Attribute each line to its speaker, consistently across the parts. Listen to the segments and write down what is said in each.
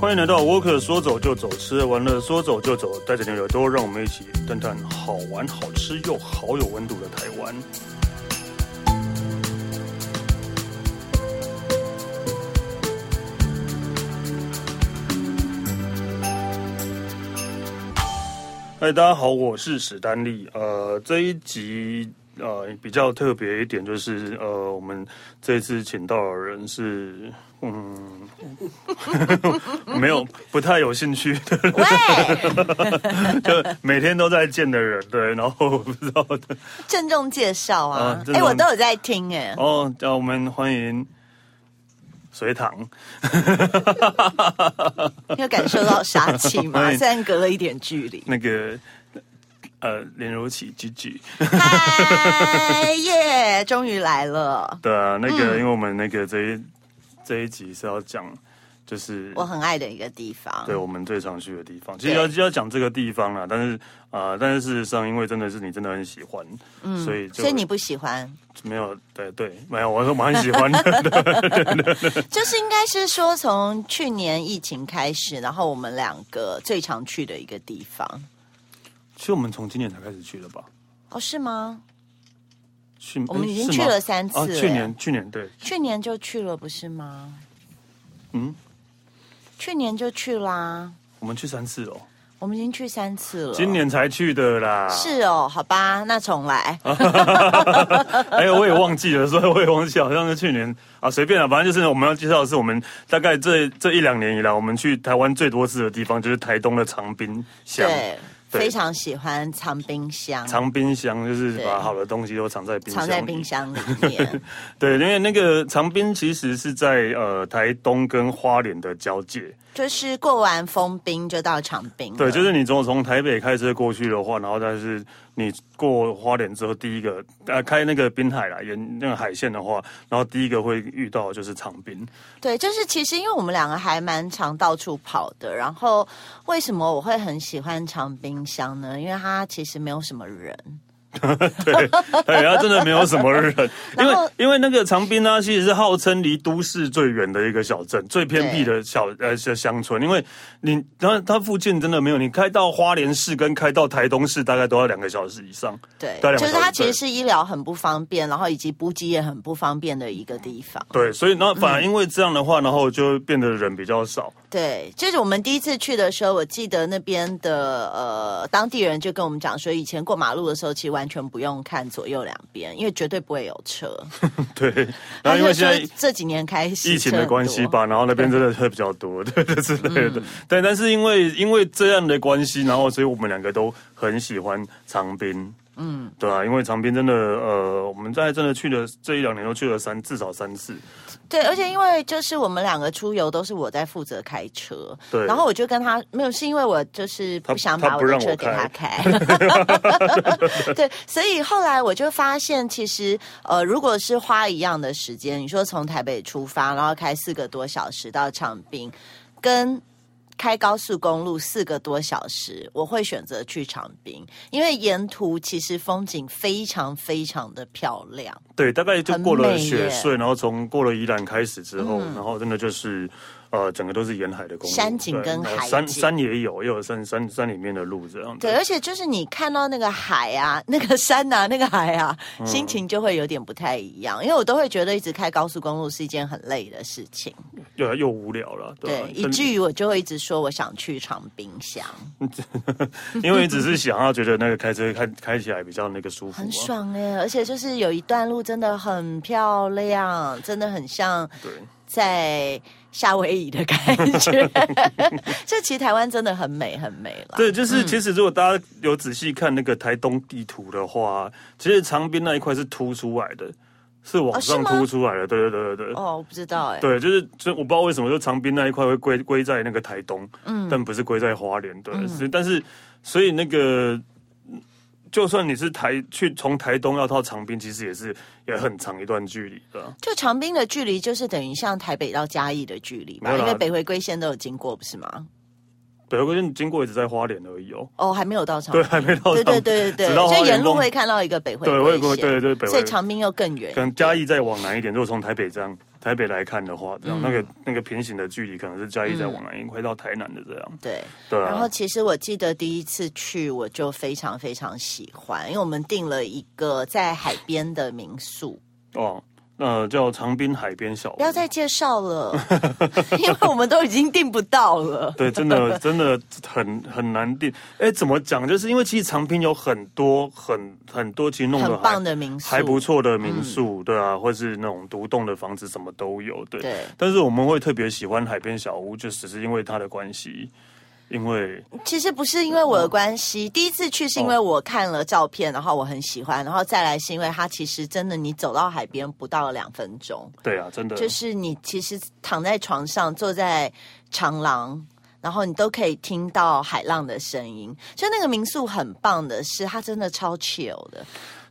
Speaker 1: 欢迎来到 Walker，说走就走，吃完了说走就走，带着你的耳朵，让我们一起探探好玩、好吃又好有温度的台湾。嗨，哎大家好，我是史丹利。呃，这一集呃比较特别一点，就是呃，我们这次请到的人是嗯，没有不太有兴趣的人，
Speaker 2: 喂，
Speaker 1: 就每天都在见的人，对，然后不知道的
Speaker 2: 郑重介绍啊
Speaker 1: 啊！
Speaker 2: 哎、
Speaker 1: 郑重
Speaker 2: 我都有在听哎、
Speaker 1: 哦，那我们欢迎隋唐，
Speaker 2: 你有感受到杀气 吗？
Speaker 1: 欢迎。
Speaker 2: 虽然隔了一点距离
Speaker 1: 那个呃林如琪 g g
Speaker 2: 嗨耶，终于来了！
Speaker 1: 对啊，那个、因为我们那个这一这一集是要讲，就是
Speaker 2: 我很爱的一个地方
Speaker 1: 对，我们最常去的地方，其实
Speaker 2: 对
Speaker 1: 要要讲这个地方啦，但是啊、呃但是事实上，因为真的是你真的很喜欢，所以就
Speaker 2: 嗯所以你不喜欢，
Speaker 1: 没有对对，没有，我说我很喜欢
Speaker 2: 就是应该是说从去年疫情开始，然后我们两个最常去的一个地方，
Speaker 1: 其实我们从今年才开始去的吧？
Speaker 2: 哦，是吗？
Speaker 1: 去
Speaker 2: 我们
Speaker 1: 诶
Speaker 2: 已经
Speaker 1: 是吗
Speaker 2: 去了三次
Speaker 1: 啊，
Speaker 2: 了
Speaker 1: 去年去年对，
Speaker 2: 去年就去了，不是吗？
Speaker 1: 嗯，
Speaker 2: 去年就去啦、
Speaker 1: 我们去三次哦，
Speaker 2: 我们已经去三次了。
Speaker 1: 今年啊才去的啦。
Speaker 2: 啊是哦，好吧，那重来。
Speaker 1: 哎，我也忘记了，所以我也忘记，好像是去年啊，随便了，反正就是我们要介绍的是我们大概这这一两年以来，我们去台湾最多次的地方就是台东的长滨乡。
Speaker 2: 对，
Speaker 1: 对
Speaker 2: 非常喜欢藏冰箱，
Speaker 1: 藏冰箱就是
Speaker 2: 对
Speaker 1: 把好的东西都藏在冰箱
Speaker 2: 藏
Speaker 1: 里。
Speaker 2: 在冰箱里面。
Speaker 1: 对，因为那个长滨其实是在呃台东跟花莲的交界。
Speaker 2: 就是过完封冰就到长冰了，
Speaker 1: 对，就是你从从台北开车过去的话，然后但是你过花莲之后，第一个呃开那个滨海啦，沿那个海线的话，然后第一个会遇到的就是长 滨。
Speaker 2: 对，就是其实因为我们两个还蛮常到处跑的，然后为什么我会很喜欢长冰箱呢？因为它其实没有什么人，
Speaker 1: 对，哎他真的没有什 么人，因为
Speaker 2: 然后
Speaker 1: 因为那个长滨呢、其实是号称离都市最远的一个小镇，最偏僻的小呃小乡村，因为你它它附近真的没有，你开到花莲市跟开到台东市大概都要两个小时以上，
Speaker 2: 对，
Speaker 1: 大概两个
Speaker 2: 就是
Speaker 1: 小时
Speaker 2: 它其实是医疗很不方便，然后以及补给也很不方便的一个地方。
Speaker 1: 对，所以那
Speaker 2: 嗯
Speaker 1: 反而因为这样的话，然后就变得人比较少，
Speaker 2: 对，就是我们第一次去的时候，我记得那边的呃当地人就跟我们讲说，以前过马路的时候，其实完全不用看左右两边，因为绝对不会有车。
Speaker 1: 对，然后因为现
Speaker 2: 他
Speaker 1: 在
Speaker 2: 就说这几年开始
Speaker 1: 疫情的关系
Speaker 2: 车很多，
Speaker 1: 吧，然后那边真的会比较多， 对对之类
Speaker 2: 嗯
Speaker 1: 的。对，但是因为因为这样的关系，然后所以我们两个都很喜欢长滨。嗯，对啊，因为长滨真的，呃，我们在真的去了这一两年都去了三至少三次，
Speaker 2: 对，而且因为就是我们两个出游都是我在负责开车，
Speaker 1: 对
Speaker 2: 然后我就跟他没有，是因为我就是不想把
Speaker 1: 他
Speaker 2: 我
Speaker 1: 不
Speaker 2: 的
Speaker 1: 让
Speaker 2: 车
Speaker 1: 我
Speaker 2: 给
Speaker 1: 开
Speaker 2: 他开， 对，所以后来我就发现，其实呃，如果是花一样的时间，你说从台北出发，然后开四个多小时到长滨，跟开高速公路四个多小时，我会选择去长滨，因为沿途其实风景非常非常的漂亮。
Speaker 1: 对，大概就过
Speaker 2: 很
Speaker 1: 了
Speaker 2: 美
Speaker 1: 雪
Speaker 2: 耶嗯
Speaker 1: 隧，然后从过了宜兰开始之后，然后真的就是，呃，整个都是沿海的公路，
Speaker 2: 山景
Speaker 1: 对
Speaker 2: 跟
Speaker 1: 然后
Speaker 2: 海
Speaker 1: 山
Speaker 2: 景
Speaker 1: 山也有，也有山山山里面的路这样子，
Speaker 2: 对，而且就是你看到那个海啊、 那个山啊、那个海啊，
Speaker 1: 嗯
Speaker 2: 心情就会有点不太一样。因为我都会觉得一直开高速公路是一件很累的事情，
Speaker 1: 又又无聊了，对啊
Speaker 2: 对，以
Speaker 1: 真的
Speaker 2: 至于我就会一直说我想去长冰箱，
Speaker 1: 因为只是想要觉得那个开车开开起来比较那个舒服、啊，
Speaker 2: 很爽哎、而且就是有一段路真的很漂亮，真的很像
Speaker 1: 对。
Speaker 2: 在夏威夷的感 觉。这其实台湾真的很美，很美了。
Speaker 1: 对，就是其实如果大家有仔细看那个台东地图的话，其实长滨那一块是凸出来的，是往
Speaker 2: 哦是
Speaker 1: 上
Speaker 2: 吗
Speaker 1: 凸出来的。对对对对对。
Speaker 2: 哦，我不知道哎、
Speaker 1: 对，就是，所以我不知道为什么，就长滨那一块会归归在那个台东，嗯，但不是归在花莲，
Speaker 2: 嗯
Speaker 1: 对，是，但是，所以那个，就算你是台去从台东要到长滨，其实也是也很长一段距离的，
Speaker 2: 就长滨的距离，就是等于像台北到嘉义的距离吧
Speaker 1: 没，有
Speaker 2: 因
Speaker 1: 啦
Speaker 2: 为北回归线都有经过，不是吗？
Speaker 1: 北回归线经过也只在花莲而已哦，
Speaker 2: 哦，还没有到长
Speaker 1: 对，
Speaker 2: 滨。
Speaker 1: 还没到长滨，
Speaker 2: 对对对对
Speaker 1: 直
Speaker 2: 对，
Speaker 1: 到花
Speaker 2: 所以
Speaker 1: 莲
Speaker 2: 沿路
Speaker 1: 东
Speaker 2: 会看到一个北回
Speaker 1: 对，会
Speaker 2: 归
Speaker 1: 过，
Speaker 2: 线，
Speaker 1: 对对北
Speaker 2: 所
Speaker 1: 回
Speaker 2: 以长滨又更远
Speaker 1: 可。能嘉义再往南一点，如果从台北这样台北来看的
Speaker 2: 嗯
Speaker 1: 话，这样、那个那个平行的距离可能是嘉义再往南，快到台南的这样。
Speaker 2: 对，
Speaker 1: 对啊
Speaker 2: 然后其实我记得第一次去我就非常非常喜欢，因为我们订了一个在海边的民宿。
Speaker 1: 哦，呃，叫长滨海边小屋
Speaker 2: 不。要再介绍 了，因为我们都已经订不到了。
Speaker 1: 对，真的真的很很难定。哎，怎么讲？就是因为其实长滨有很多很很多，其实弄得
Speaker 2: 很
Speaker 1: 还
Speaker 2: 棒的民宿嗯
Speaker 1: 还不错的民宿，对啊，或是那种独栋的房子，什么都有，对。
Speaker 2: 对
Speaker 1: 但是我们会特别喜欢海边小屋，就只是因为它的关系，因为
Speaker 2: 其实不是因为我
Speaker 1: 嗯
Speaker 2: 的关系，第一次去是因
Speaker 1: 哦
Speaker 2: 为我看了照片，然后我很喜欢，然后再来是因为它其实真的，你走到海边不到两分钟，
Speaker 1: 对啊，真的
Speaker 2: 就是你其实躺在床上，坐在长廊。然后你都可以听到海浪的声音，就那个民宿很棒的是，它真的超 chill 的。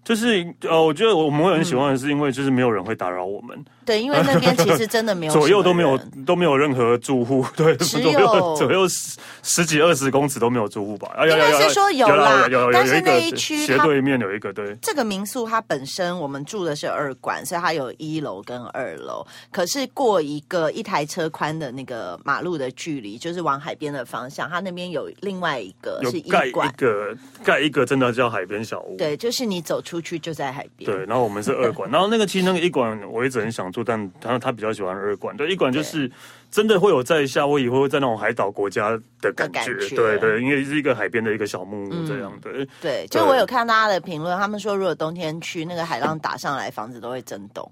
Speaker 1: 就是呃，我觉得我们会很喜
Speaker 2: 嗯
Speaker 1: 欢的是，因为就是没有人会打扰我们，
Speaker 2: 对，因为那边其实真的没 有
Speaker 1: 左右
Speaker 2: 什么
Speaker 1: 都没有
Speaker 2: 人
Speaker 1: 都没有任何住户，对，
Speaker 2: 只
Speaker 1: 左
Speaker 2: 有
Speaker 1: 右左右十十几二十公尺都没有住户吧？啊有
Speaker 2: 应该
Speaker 1: 有有
Speaker 2: 是说有
Speaker 1: 有
Speaker 2: 啦
Speaker 1: 有有有
Speaker 2: 但是
Speaker 1: 有一
Speaker 2: 那一
Speaker 1: 个
Speaker 2: 区
Speaker 1: 斜
Speaker 2: 它
Speaker 1: 对面有一个对。
Speaker 2: 这个民宿它本身我们住的是二馆，所以它有一楼跟二楼。可是过一个一台车宽的那个马路的距离，就是往海边的方向，它那边有另外一个
Speaker 1: 有
Speaker 2: 呃是一
Speaker 1: 盖一
Speaker 2: 馆。
Speaker 1: 个盖一个真的叫海边小屋。
Speaker 2: 对，就是你走出去就在海边。
Speaker 1: 对，然后我们是 二馆，然后那个其实那个一馆我一直很想住，但他他比较喜欢二馆。对，一馆就是真的会有在夏威夷或者在那种海岛国家的感觉，
Speaker 2: 的感觉嗯
Speaker 1: 对对，因为是一个海边的一个小木屋这样 对，
Speaker 2: 对，就
Speaker 1: 对
Speaker 2: 我有看大家的评论，他们说如果冬天去，那个海浪打上来，房子都会震动。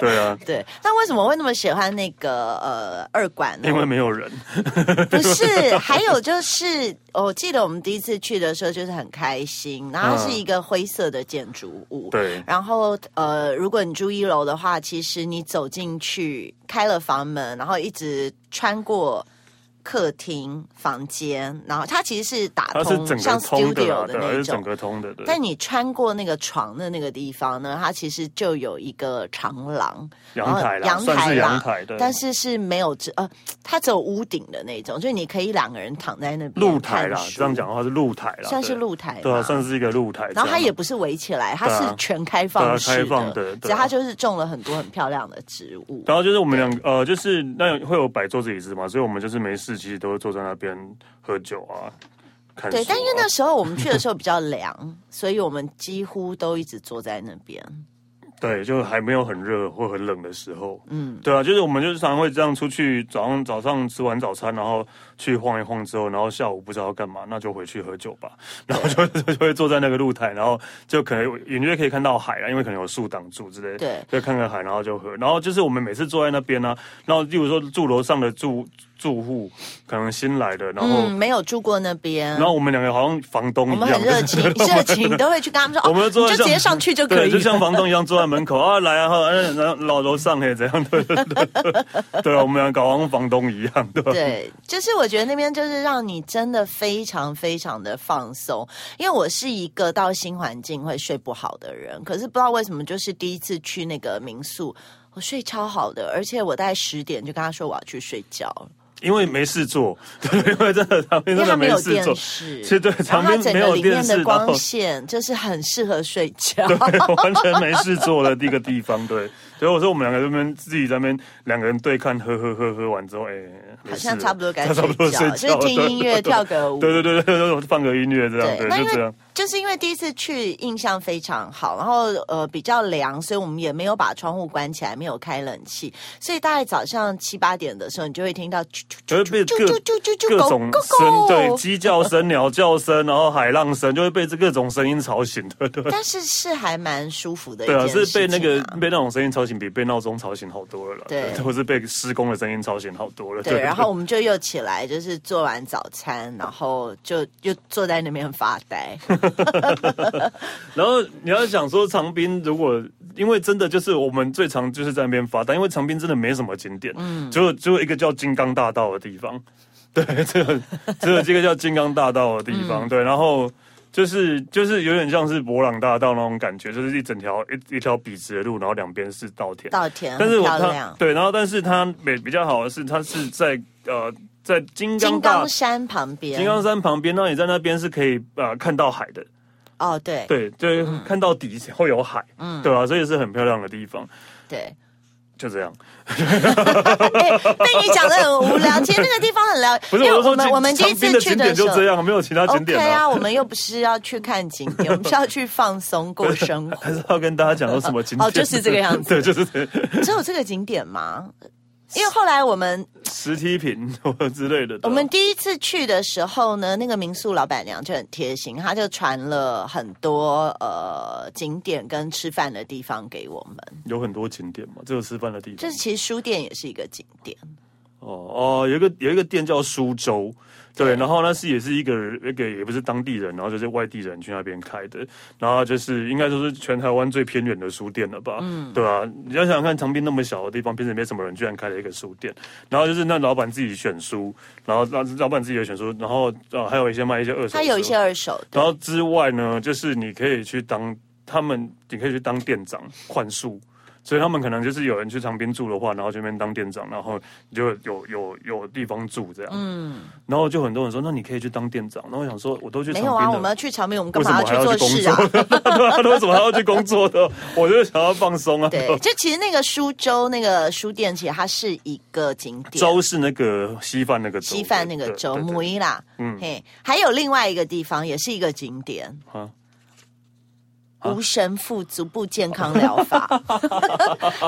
Speaker 1: 对啊，
Speaker 2: 对，但为什么会那么喜欢那个呃二馆呢？
Speaker 1: 因为没有人，
Speaker 2: 不是，还有就是，我记得我们第一次去的时候就是很开心，然后它是一个灰色的建筑物。
Speaker 1: 对
Speaker 2: 然后呃，如果你住一楼的话，其实你走进去，开了房门，然后一直穿过。客厅、房间，然后它其实是打
Speaker 1: 它是
Speaker 2: 通，
Speaker 1: 整个
Speaker 2: 像
Speaker 1: 通的
Speaker 2: studio
Speaker 1: 啦，
Speaker 2: 的
Speaker 1: 对啊，
Speaker 2: 那
Speaker 1: 是整
Speaker 2: 种。
Speaker 1: 个通的，对。
Speaker 2: 但你穿过那个床的那个地方呢，它其实就有一个长廊，
Speaker 1: 阳台啦
Speaker 2: 然后阳
Speaker 1: 算
Speaker 2: 台
Speaker 1: 是
Speaker 2: 啦，
Speaker 1: 阳台对
Speaker 2: 但是是没有遮呃，它只有屋顶的那种，就是你可以两个人躺在那边
Speaker 1: 露台
Speaker 2: 看
Speaker 1: 啦，
Speaker 2: 书
Speaker 1: 这样，讲的话是露台啦，
Speaker 2: 算
Speaker 1: 对
Speaker 2: 是露台嘛
Speaker 1: 对啊，算是一个露台。
Speaker 2: 然后它
Speaker 1: 这
Speaker 2: 也
Speaker 1: 样
Speaker 2: 不是围起来，它
Speaker 1: 对啊
Speaker 2: 是全开放式
Speaker 1: 对啊开放的
Speaker 2: 只
Speaker 1: 对啊
Speaker 2: 是它就是种了很多很漂亮的植物。
Speaker 1: 然后就是我们两个呃，就是那会有摆桌子椅子嘛，所以我们就是没事，其实都会坐在那边喝酒啊，看书啊、
Speaker 2: 对，但因为那时候我们去的时候比较凉，所以我们几乎都一直坐在那边。
Speaker 1: 对，就还没有很热或很冷的时候，嗯，对啊，就是我们就是常会这样出去，早上早上吃完早餐，然后去晃一晃之后，然后下午不知道要干嘛，那就回去喝酒吧，然后就 就会坐在那个露台，然后就可能隐约可以看到海啊，因为可能有树挡住之类的，
Speaker 2: 对
Speaker 1: 就看看海，然后就喝，然后就是我们每次坐在那边呢、啊，然后例如说住楼上的住住户，可能新来的，然后、
Speaker 2: 嗯，没有住过那边
Speaker 1: 然。后我们两个好像房东
Speaker 2: 我
Speaker 1: 一
Speaker 2: 们
Speaker 1: 样
Speaker 2: 很，热情，热情都会去跟他们 说，
Speaker 1: 我们就
Speaker 2: 哦
Speaker 1: 坐
Speaker 2: 你
Speaker 1: 在
Speaker 2: 就直接上去就可以
Speaker 1: 对，就
Speaker 2: 了。
Speaker 1: 像房东一样坐在门口啊， 来啊，哈哎然后老楼上嘿，怎样？对 对对对，对啊，我们俩搞像房东一样， 对吧？
Speaker 2: 对，就是我觉得那边就是让你真的非常非常的放松，因为我是一个到新环境会睡不好的人，可是不知道为什么，就是第一次去那个民宿，我睡超好的，而且我大概十点就跟他说我要去睡觉了，
Speaker 1: 因为没事做， 对，因为真的旁边
Speaker 2: 因
Speaker 1: 真
Speaker 2: 为他
Speaker 1: 的
Speaker 2: 没
Speaker 1: 没
Speaker 2: 有
Speaker 1: 事做
Speaker 2: 电，视，
Speaker 1: 是对
Speaker 2: 然
Speaker 1: 旁
Speaker 2: 后它
Speaker 1: 边
Speaker 2: 整
Speaker 1: 没
Speaker 2: 个
Speaker 1: 有
Speaker 2: 里面
Speaker 1: 电视
Speaker 2: 的
Speaker 1: 然
Speaker 2: 光
Speaker 1: 后
Speaker 2: 线就是很适合睡觉。
Speaker 1: 对，完全没事做的一个地方，对。所以我说我们两个这边自己在那边两个人对看，喝喝喝喝完之后，哎，没
Speaker 2: 好
Speaker 1: 事了
Speaker 2: 像差不多该
Speaker 1: 差不多
Speaker 2: 睡
Speaker 1: 睡
Speaker 2: 觉
Speaker 1: 觉，
Speaker 2: 就是听音乐
Speaker 1: 对对
Speaker 2: 跳个舞
Speaker 1: 对对对对对，放个音乐这样，对，
Speaker 2: 对那因
Speaker 1: 就
Speaker 2: 为
Speaker 1: 这样。
Speaker 2: 就是因为第一次去印象非常好，然后呃比较凉，所以我们也没有把窗户关起来，没有开冷气，所以大概早上七八点的时候，你就会听到啾
Speaker 1: 就会
Speaker 2: 啾
Speaker 1: 被
Speaker 2: 啾
Speaker 1: 各
Speaker 2: 啾啾啾啾
Speaker 1: 各
Speaker 2: 狗
Speaker 1: 种
Speaker 2: 狗
Speaker 1: 声，对，
Speaker 2: 狗。
Speaker 1: 鸡叫声、鸟叫声，然后海浪声，就会被这各种声音吵醒的， 对。
Speaker 2: 但是是还蛮舒服的一
Speaker 1: 对啊，
Speaker 2: 件
Speaker 1: 是
Speaker 2: 事情、
Speaker 1: 被那个被那种声音吵醒，比被闹钟吵醒好多了啦。
Speaker 2: 对
Speaker 1: 或是被施工的声音吵醒好多了。
Speaker 2: 对，然后我们就又起来，就是做完早餐，然后就又坐在那边发呆。
Speaker 1: 然后你要想说长滨，如果因为真的就是我们最常就是在那边发呆，因为长滨真的没什么景点，嗯，只有只有一个叫金刚大道的地方， 对，只有只有这个叫金刚大道的地
Speaker 2: 嗯
Speaker 1: 方，对，然后。就是就是有点像是博朗大道那种感觉，就是一整条一一条笔直的路，然后两边是稻田，
Speaker 2: 稻田
Speaker 1: 但是
Speaker 2: 很
Speaker 1: 我
Speaker 2: 漂
Speaker 1: 它
Speaker 2: 亮，
Speaker 1: 对，然后但是它比比较好的是，它是在呃在金刚
Speaker 2: 金
Speaker 1: 大
Speaker 2: 刚山旁边，
Speaker 1: 金刚山旁边，那你在那边是可以呃看到海的。
Speaker 2: 哦，对
Speaker 1: 对，就是看到底会有海，嗯，对吧？所以是很漂亮的地方，
Speaker 2: 对，
Speaker 1: 就这样。
Speaker 2: 哎，被你讲的很无聊。其实那个地方很聊，
Speaker 1: 不是，
Speaker 2: 因为
Speaker 1: 我
Speaker 2: 我
Speaker 1: 说
Speaker 2: 们
Speaker 1: 景
Speaker 2: 我们第一
Speaker 1: 长滨
Speaker 2: 次
Speaker 1: 的
Speaker 2: 去
Speaker 1: 景点
Speaker 2: 的时
Speaker 1: 就
Speaker 2: 候
Speaker 1: 这样，没有其他景
Speaker 2: OK
Speaker 1: 点啊。
Speaker 2: 啊，我们又不是要去看景 点，我们是要去放松过生活。
Speaker 1: 还是要跟大家讲有什么景点？
Speaker 2: 哦就是这个样 子
Speaker 1: 对，就是这
Speaker 2: 只有这个景点吗？因为后来我们
Speaker 1: 十梯坪或之类的。对吧
Speaker 2: 我们第一次去的时候呢，那个民宿老板娘就很贴心，她就传了很多呃景点跟吃饭的地方给我们。
Speaker 1: 有很多景点嘛，这有吃饭的地方。
Speaker 2: 就是其实书店也是一个景点，
Speaker 1: 哦哦，有一个有一个店叫苏州，对，然后那是也是一个那个也不是当地人，然后就是外地人去那边开的，然后就是应该说是全台湾最偏远的书店了吧，嗯，对啊，你要想想看，长滨那么小的地方，平时没什么人，居然开了一个书店，然后就是那老板自己选书，然后老老板自己也选书，然后呃还有一些卖一些二手书，
Speaker 2: 它有一些二手
Speaker 1: 然
Speaker 2: 的。
Speaker 1: 后之外呢，就是你可以去当他们，你可以去当店长换宿。所以他们可能就是有人去长滨住的话，然后这边当店长，然后你就有有有地方住这样。嗯，然后就很多人说，那你可以去当店长。然后我想说，我都去
Speaker 2: 没
Speaker 1: 长
Speaker 2: 有
Speaker 1: 滨
Speaker 2: 啊，
Speaker 1: 了，
Speaker 2: 我们要去长滨，我们干
Speaker 1: 为什
Speaker 2: 嘛
Speaker 1: 么还要
Speaker 2: 做
Speaker 1: 去工
Speaker 2: 事啊？
Speaker 1: 作？对啊，为什么还要去工作的？我就是想要放松啊。
Speaker 2: 对，就其实那个苏州那个书店，其实它是一个景点。
Speaker 1: 粥是那个稀饭那个粥，
Speaker 2: 稀饭那个
Speaker 1: 对
Speaker 2: 州
Speaker 1: 对对
Speaker 2: 木伊啦，嗯，嘿，还有另外一个地方也是一个景点
Speaker 1: 啊。
Speaker 2: 无神父足部健康疗 法，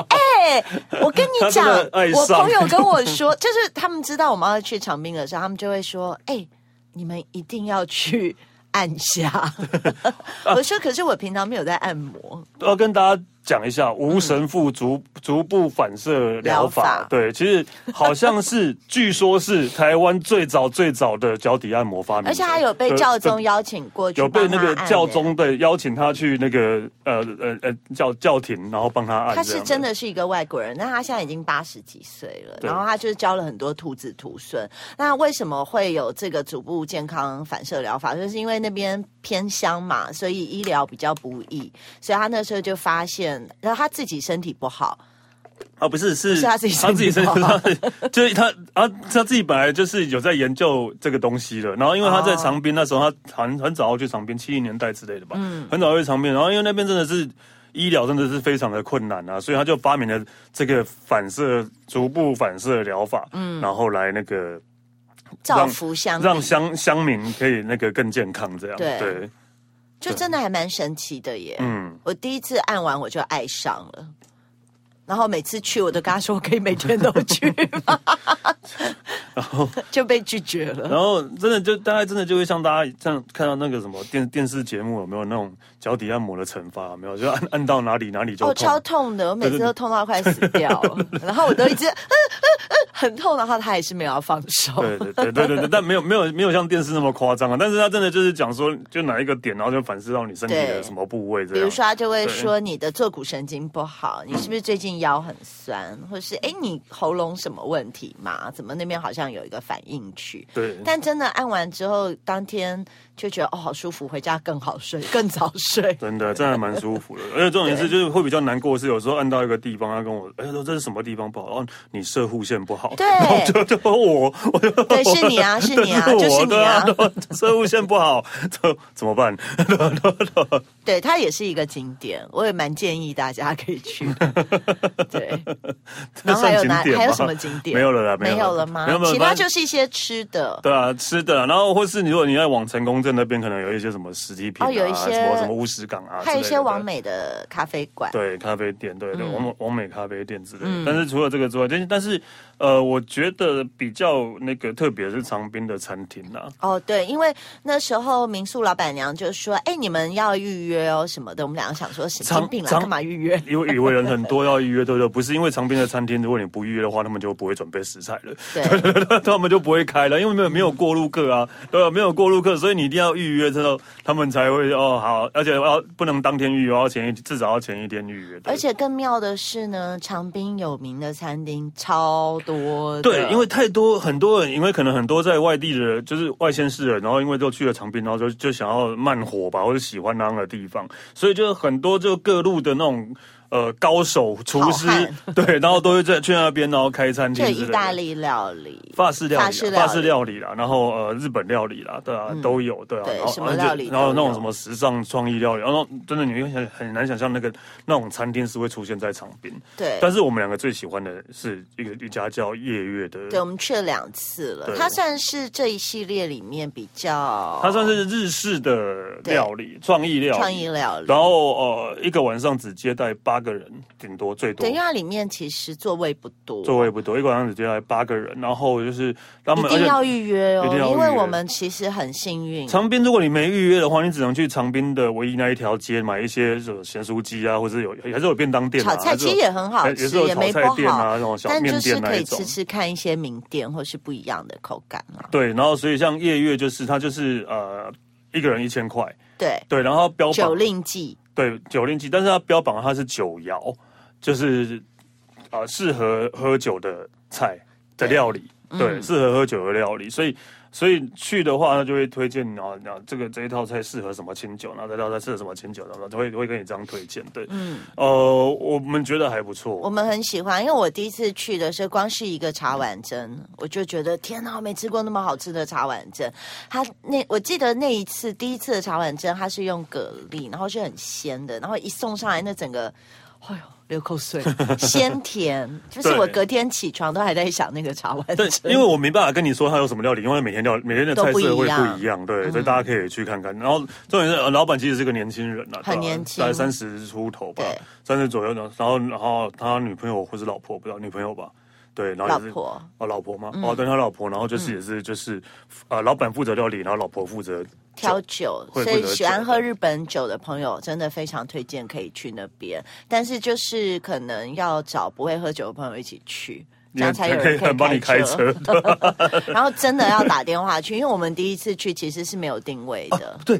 Speaker 2: 哎、我跟
Speaker 1: 他
Speaker 2: 你讲
Speaker 1: 真的爱，
Speaker 2: 我
Speaker 1: 上
Speaker 2: 朋友跟我说， 就是他们知道我们要去长滨的时候，他们就会说：“哎、你们一定要去按 下。”我说：“可是我平常没有在按摩。
Speaker 1: 要跟大家讲一
Speaker 2: 嗯
Speaker 1: 下无神父足足部反射疗
Speaker 2: 疗
Speaker 1: 法
Speaker 2: 法。
Speaker 1: 对，其实好像是，据说是台湾最早最早的脚底按摩发明”者，
Speaker 2: 而且他有被
Speaker 1: 对
Speaker 2: 教
Speaker 1: 对
Speaker 2: 宗邀请过去
Speaker 1: 嗯有被
Speaker 2: 帮他
Speaker 1: 那
Speaker 2: 按耶，欸
Speaker 1: 个教宗对邀请他去那个呃呃呃教教廷，然后帮他按这样。
Speaker 2: 他是真的是一个外国人，那他现在已经八十几岁了，
Speaker 1: 对
Speaker 2: 然后他就是教了很多徒子徒孙。那为什么会有这个足部健康反射疗法？就是因为那边偏乡嘛，所以医疗比较不易，所以他那时候就发现，然后他自己身体不好，
Speaker 1: 啊，不是是
Speaker 2: 是他自己
Speaker 1: 他自己
Speaker 2: 身
Speaker 1: 身体，
Speaker 2: 体不好
Speaker 1: 他 就是他啊，他自己本来就是有在研究这个东西的。然后因为他在
Speaker 2: 哦
Speaker 1: 长滨那时候，他很很早要去长滨，七零年代之类的吧，
Speaker 2: 嗯
Speaker 1: 很早就去长滨。然后因为那边真的是医疗真的是非常的困难啊，所以他就发明了这个反射逐步反射疗法，嗯，然后来那个
Speaker 2: 造福乡
Speaker 1: 让
Speaker 2: 里，
Speaker 1: 乡乡民可以那个更健康这样。
Speaker 2: 对
Speaker 1: 对，
Speaker 2: 就真的还蛮神奇的耶。
Speaker 1: 嗯，
Speaker 2: 我第一次按完我就爱上了。然后每次去，我都跟他说我可以每天都去 吗？然后 就被拒绝了。
Speaker 1: 然后真的就大概真的就会像大家像看到那个什么电电视节目有没有那种脚底按摩的惩罚有没有？就按按到哪里哪里就
Speaker 2: 哦，
Speaker 1: 痛。
Speaker 2: 超痛的，我每次
Speaker 1: 对
Speaker 2: 都
Speaker 1: 对
Speaker 2: 痛到快死掉了， 然后我都一直、嗯嗯嗯、很痛，然后他还是没有要放手。
Speaker 1: 对啊对对对对对，但没有没有没有像电视那么夸张啊，但是他真的就是讲说，就哪一个点，然后就反射到你身体
Speaker 2: 对
Speaker 1: 的什么部位这
Speaker 2: 比
Speaker 1: 样。
Speaker 2: 如说，他就会说你的坐骨神经不好，你是不是最近腰很酸，或
Speaker 1: 嗯
Speaker 2: 是哎你喉咙什么问题嘛？怎么那边好像有一个反应区？
Speaker 1: 对，
Speaker 2: 但真的按完之后，当天就觉得哦好舒服，回家更好睡，更早 睡。
Speaker 1: 真的，真的还蛮舒服的。而且重点是，就是会比较难过，是有时候按到一个地方，他跟我，哎呦，这是什么地方不好？哦，你射护线不好。
Speaker 2: 对
Speaker 1: 然后 就就我，我就
Speaker 2: 对，是你啊，是 你啊，
Speaker 1: 我
Speaker 2: 就是你
Speaker 1: 对
Speaker 2: 啊
Speaker 1: 啊，。对啊射护线不好， 怎怎么办？
Speaker 2: 对，它也是一个景点，我也蛮建议大家可 以去的。对，然后还有哪
Speaker 1: 算景点吗
Speaker 2: 还有什 么景点？
Speaker 1: 没有了啦没有了
Speaker 2: 有了吗？
Speaker 1: 没有没有
Speaker 2: 其他
Speaker 1: 反正
Speaker 2: 就是一些吃的。
Speaker 1: 对啊，吃的啊，然后或是你如果你在往成功镇那边，可能有一些什么实体品啊，
Speaker 2: 哦有一些
Speaker 1: 什么什么乌石港啊之类的，
Speaker 2: 还有一些完美嗯的咖啡馆，
Speaker 1: 对咖啡店，对对，完美完美咖啡店之类
Speaker 2: 嗯
Speaker 1: 的。但是除了这个之外，但是但是呃，我觉得比较那个特别是长滨的餐厅啊啦、
Speaker 2: 哦，对，因为那时候民宿老板娘就说：“哎，你们要预约哦什么的。”我们两个想说，神经
Speaker 1: 长
Speaker 2: 病了，啊
Speaker 1: 长
Speaker 2: 干嘛预约？
Speaker 1: 因为以为人很多要预约，对不对？不是因为长滨的餐厅，如果你不预约的话，他们就不会准备食材了。
Speaker 2: 对，
Speaker 1: 他们就不会开了，因为没有没有过路客啊，对吧？没有过路客，所以你一定要预约之后，他们才会哦好，而且要不能当天预约，要前一至少要前一天预约。对
Speaker 2: 而且更妙的是呢，长滨有名的餐厅超多的。
Speaker 1: 对，因为太多很多人，因为可能很多在外地的，就是外县市人，然后因为都去了长滨，然后就就想要慢火吧，或者喜欢那样的地方，所以就很多就各路的那种呃高手厨师
Speaker 2: 好汉，
Speaker 1: 对，然后都会在去那边，然后开餐厅
Speaker 2: 就
Speaker 1: 之类
Speaker 2: 意
Speaker 1: 的。
Speaker 2: 大利料理，
Speaker 1: 法式料理
Speaker 2: 法式
Speaker 1: 啦，
Speaker 2: 料理嗯
Speaker 1: 法式料理啦，然后呃日本料理啦，对啊，都有，对啊，
Speaker 2: 对
Speaker 1: 然后
Speaker 2: 什么
Speaker 1: 而且
Speaker 2: 料理
Speaker 1: 然后
Speaker 2: 都
Speaker 1: 那种
Speaker 2: 有
Speaker 1: 什么时尚创意料理，然后真的你会很很难想象那个那种餐厅是会出现在长滨。
Speaker 2: 对。
Speaker 1: 但是我们两个最喜欢的是一个一家叫夜月的，
Speaker 2: 对，我们去了两次了。
Speaker 1: 对
Speaker 2: 它算是这一系列里面比较，
Speaker 1: 它算是日式的料理，创意料理，
Speaker 2: 创意料理。
Speaker 1: 然后呃一个晚上只接待八个人，顶多最多
Speaker 2: 对，因为它里面其实座位不多，
Speaker 1: 座位不多，一个晚上只接待八个人，然后就是他们嗯
Speaker 2: 一
Speaker 1: 而
Speaker 2: 定
Speaker 1: 且
Speaker 2: 要预约哦
Speaker 1: 一定要，预约
Speaker 2: 因为我们其实很幸运。
Speaker 1: 长滨，如果你没预约的话，你只能去长滨的唯一那一条街买一些什么咸酥鸡啊，或者有还是有便当店、啊，
Speaker 2: 炒菜
Speaker 1: 还是
Speaker 2: 其
Speaker 1: 有
Speaker 2: 实也很好
Speaker 1: 还
Speaker 2: 吃
Speaker 1: 也，是有
Speaker 2: 也没
Speaker 1: 炒
Speaker 2: 不
Speaker 1: 菜店啊，
Speaker 2: 好，
Speaker 1: 那种小
Speaker 2: 但就
Speaker 1: 面
Speaker 2: 是
Speaker 1: 店
Speaker 2: 可
Speaker 1: 那
Speaker 2: 以
Speaker 1: 一种
Speaker 2: 吃。吃看一些名店或是不一样的口感啊。
Speaker 1: 对，然后所以像夜月就是它就是呃一个人一千块，
Speaker 2: 对，
Speaker 1: 对，然后标
Speaker 2: 酒
Speaker 1: 榜
Speaker 2: 令记
Speaker 1: 对酒令鸡，但是它标榜它是酒肴，就是啊、呃适合喝酒的菜的料理，对，嗯适合喝酒的料理，所以。所以去的话，他就会推荐啊，啊这个这一套菜适合什么清酒，然后这道菜适合什么清酒，然后就会会跟你这样推荐。对，嗯，呃，我们觉得还不
Speaker 2: 我
Speaker 1: 错。
Speaker 2: 们很喜欢，因为我第一次去的时候，光是一个茶碗蒸，我就觉得天哪，我没吃过那么好吃的茶碗蒸。它那我记得那一次第一次的茶碗蒸，它是用蛤蜊，然后是很鲜的，然后一送上来，那整个，哎呦。流口 水，鲜甜，就是
Speaker 1: 对
Speaker 2: 我隔天起床都还在想那个茶碗
Speaker 1: 对
Speaker 2: 蒸，，
Speaker 1: 因为我没办法跟你说它有什么料理，因为每天料每天的菜
Speaker 2: 都不一
Speaker 1: 色
Speaker 2: 样嗯
Speaker 1: 会不一样，对，所以大家可以去看看。然后重点是，呃老板其实是个年轻人啊，对吧
Speaker 2: 很年轻
Speaker 1: 大概三十出头吧
Speaker 2: 对，
Speaker 1: 三十左右呢。然后然后他女朋友或是老婆，不知道女朋友吧。对，然后
Speaker 2: 老
Speaker 1: 也是
Speaker 2: 婆嗯
Speaker 1: 哦，老婆吗？哦，对，他老婆，然后就是也是就是，呃，老板负责料理，然后老婆负责
Speaker 2: 挑酒，
Speaker 1: 会
Speaker 2: 所
Speaker 1: 会
Speaker 2: 以
Speaker 1: 得
Speaker 2: 喜
Speaker 1: 酒
Speaker 2: 欢
Speaker 1: 的
Speaker 2: 喝日本酒的朋友真的非常推荐可以去那边，但是就是可能要找不会喝酒的朋友一起去。这 样才有
Speaker 1: 可以
Speaker 2: 人可以
Speaker 1: 很帮你开
Speaker 2: 车，
Speaker 1: 车。对
Speaker 2: 然后真的要打电话去，因为我们第一次去其实是没有定位的，
Speaker 1: 对，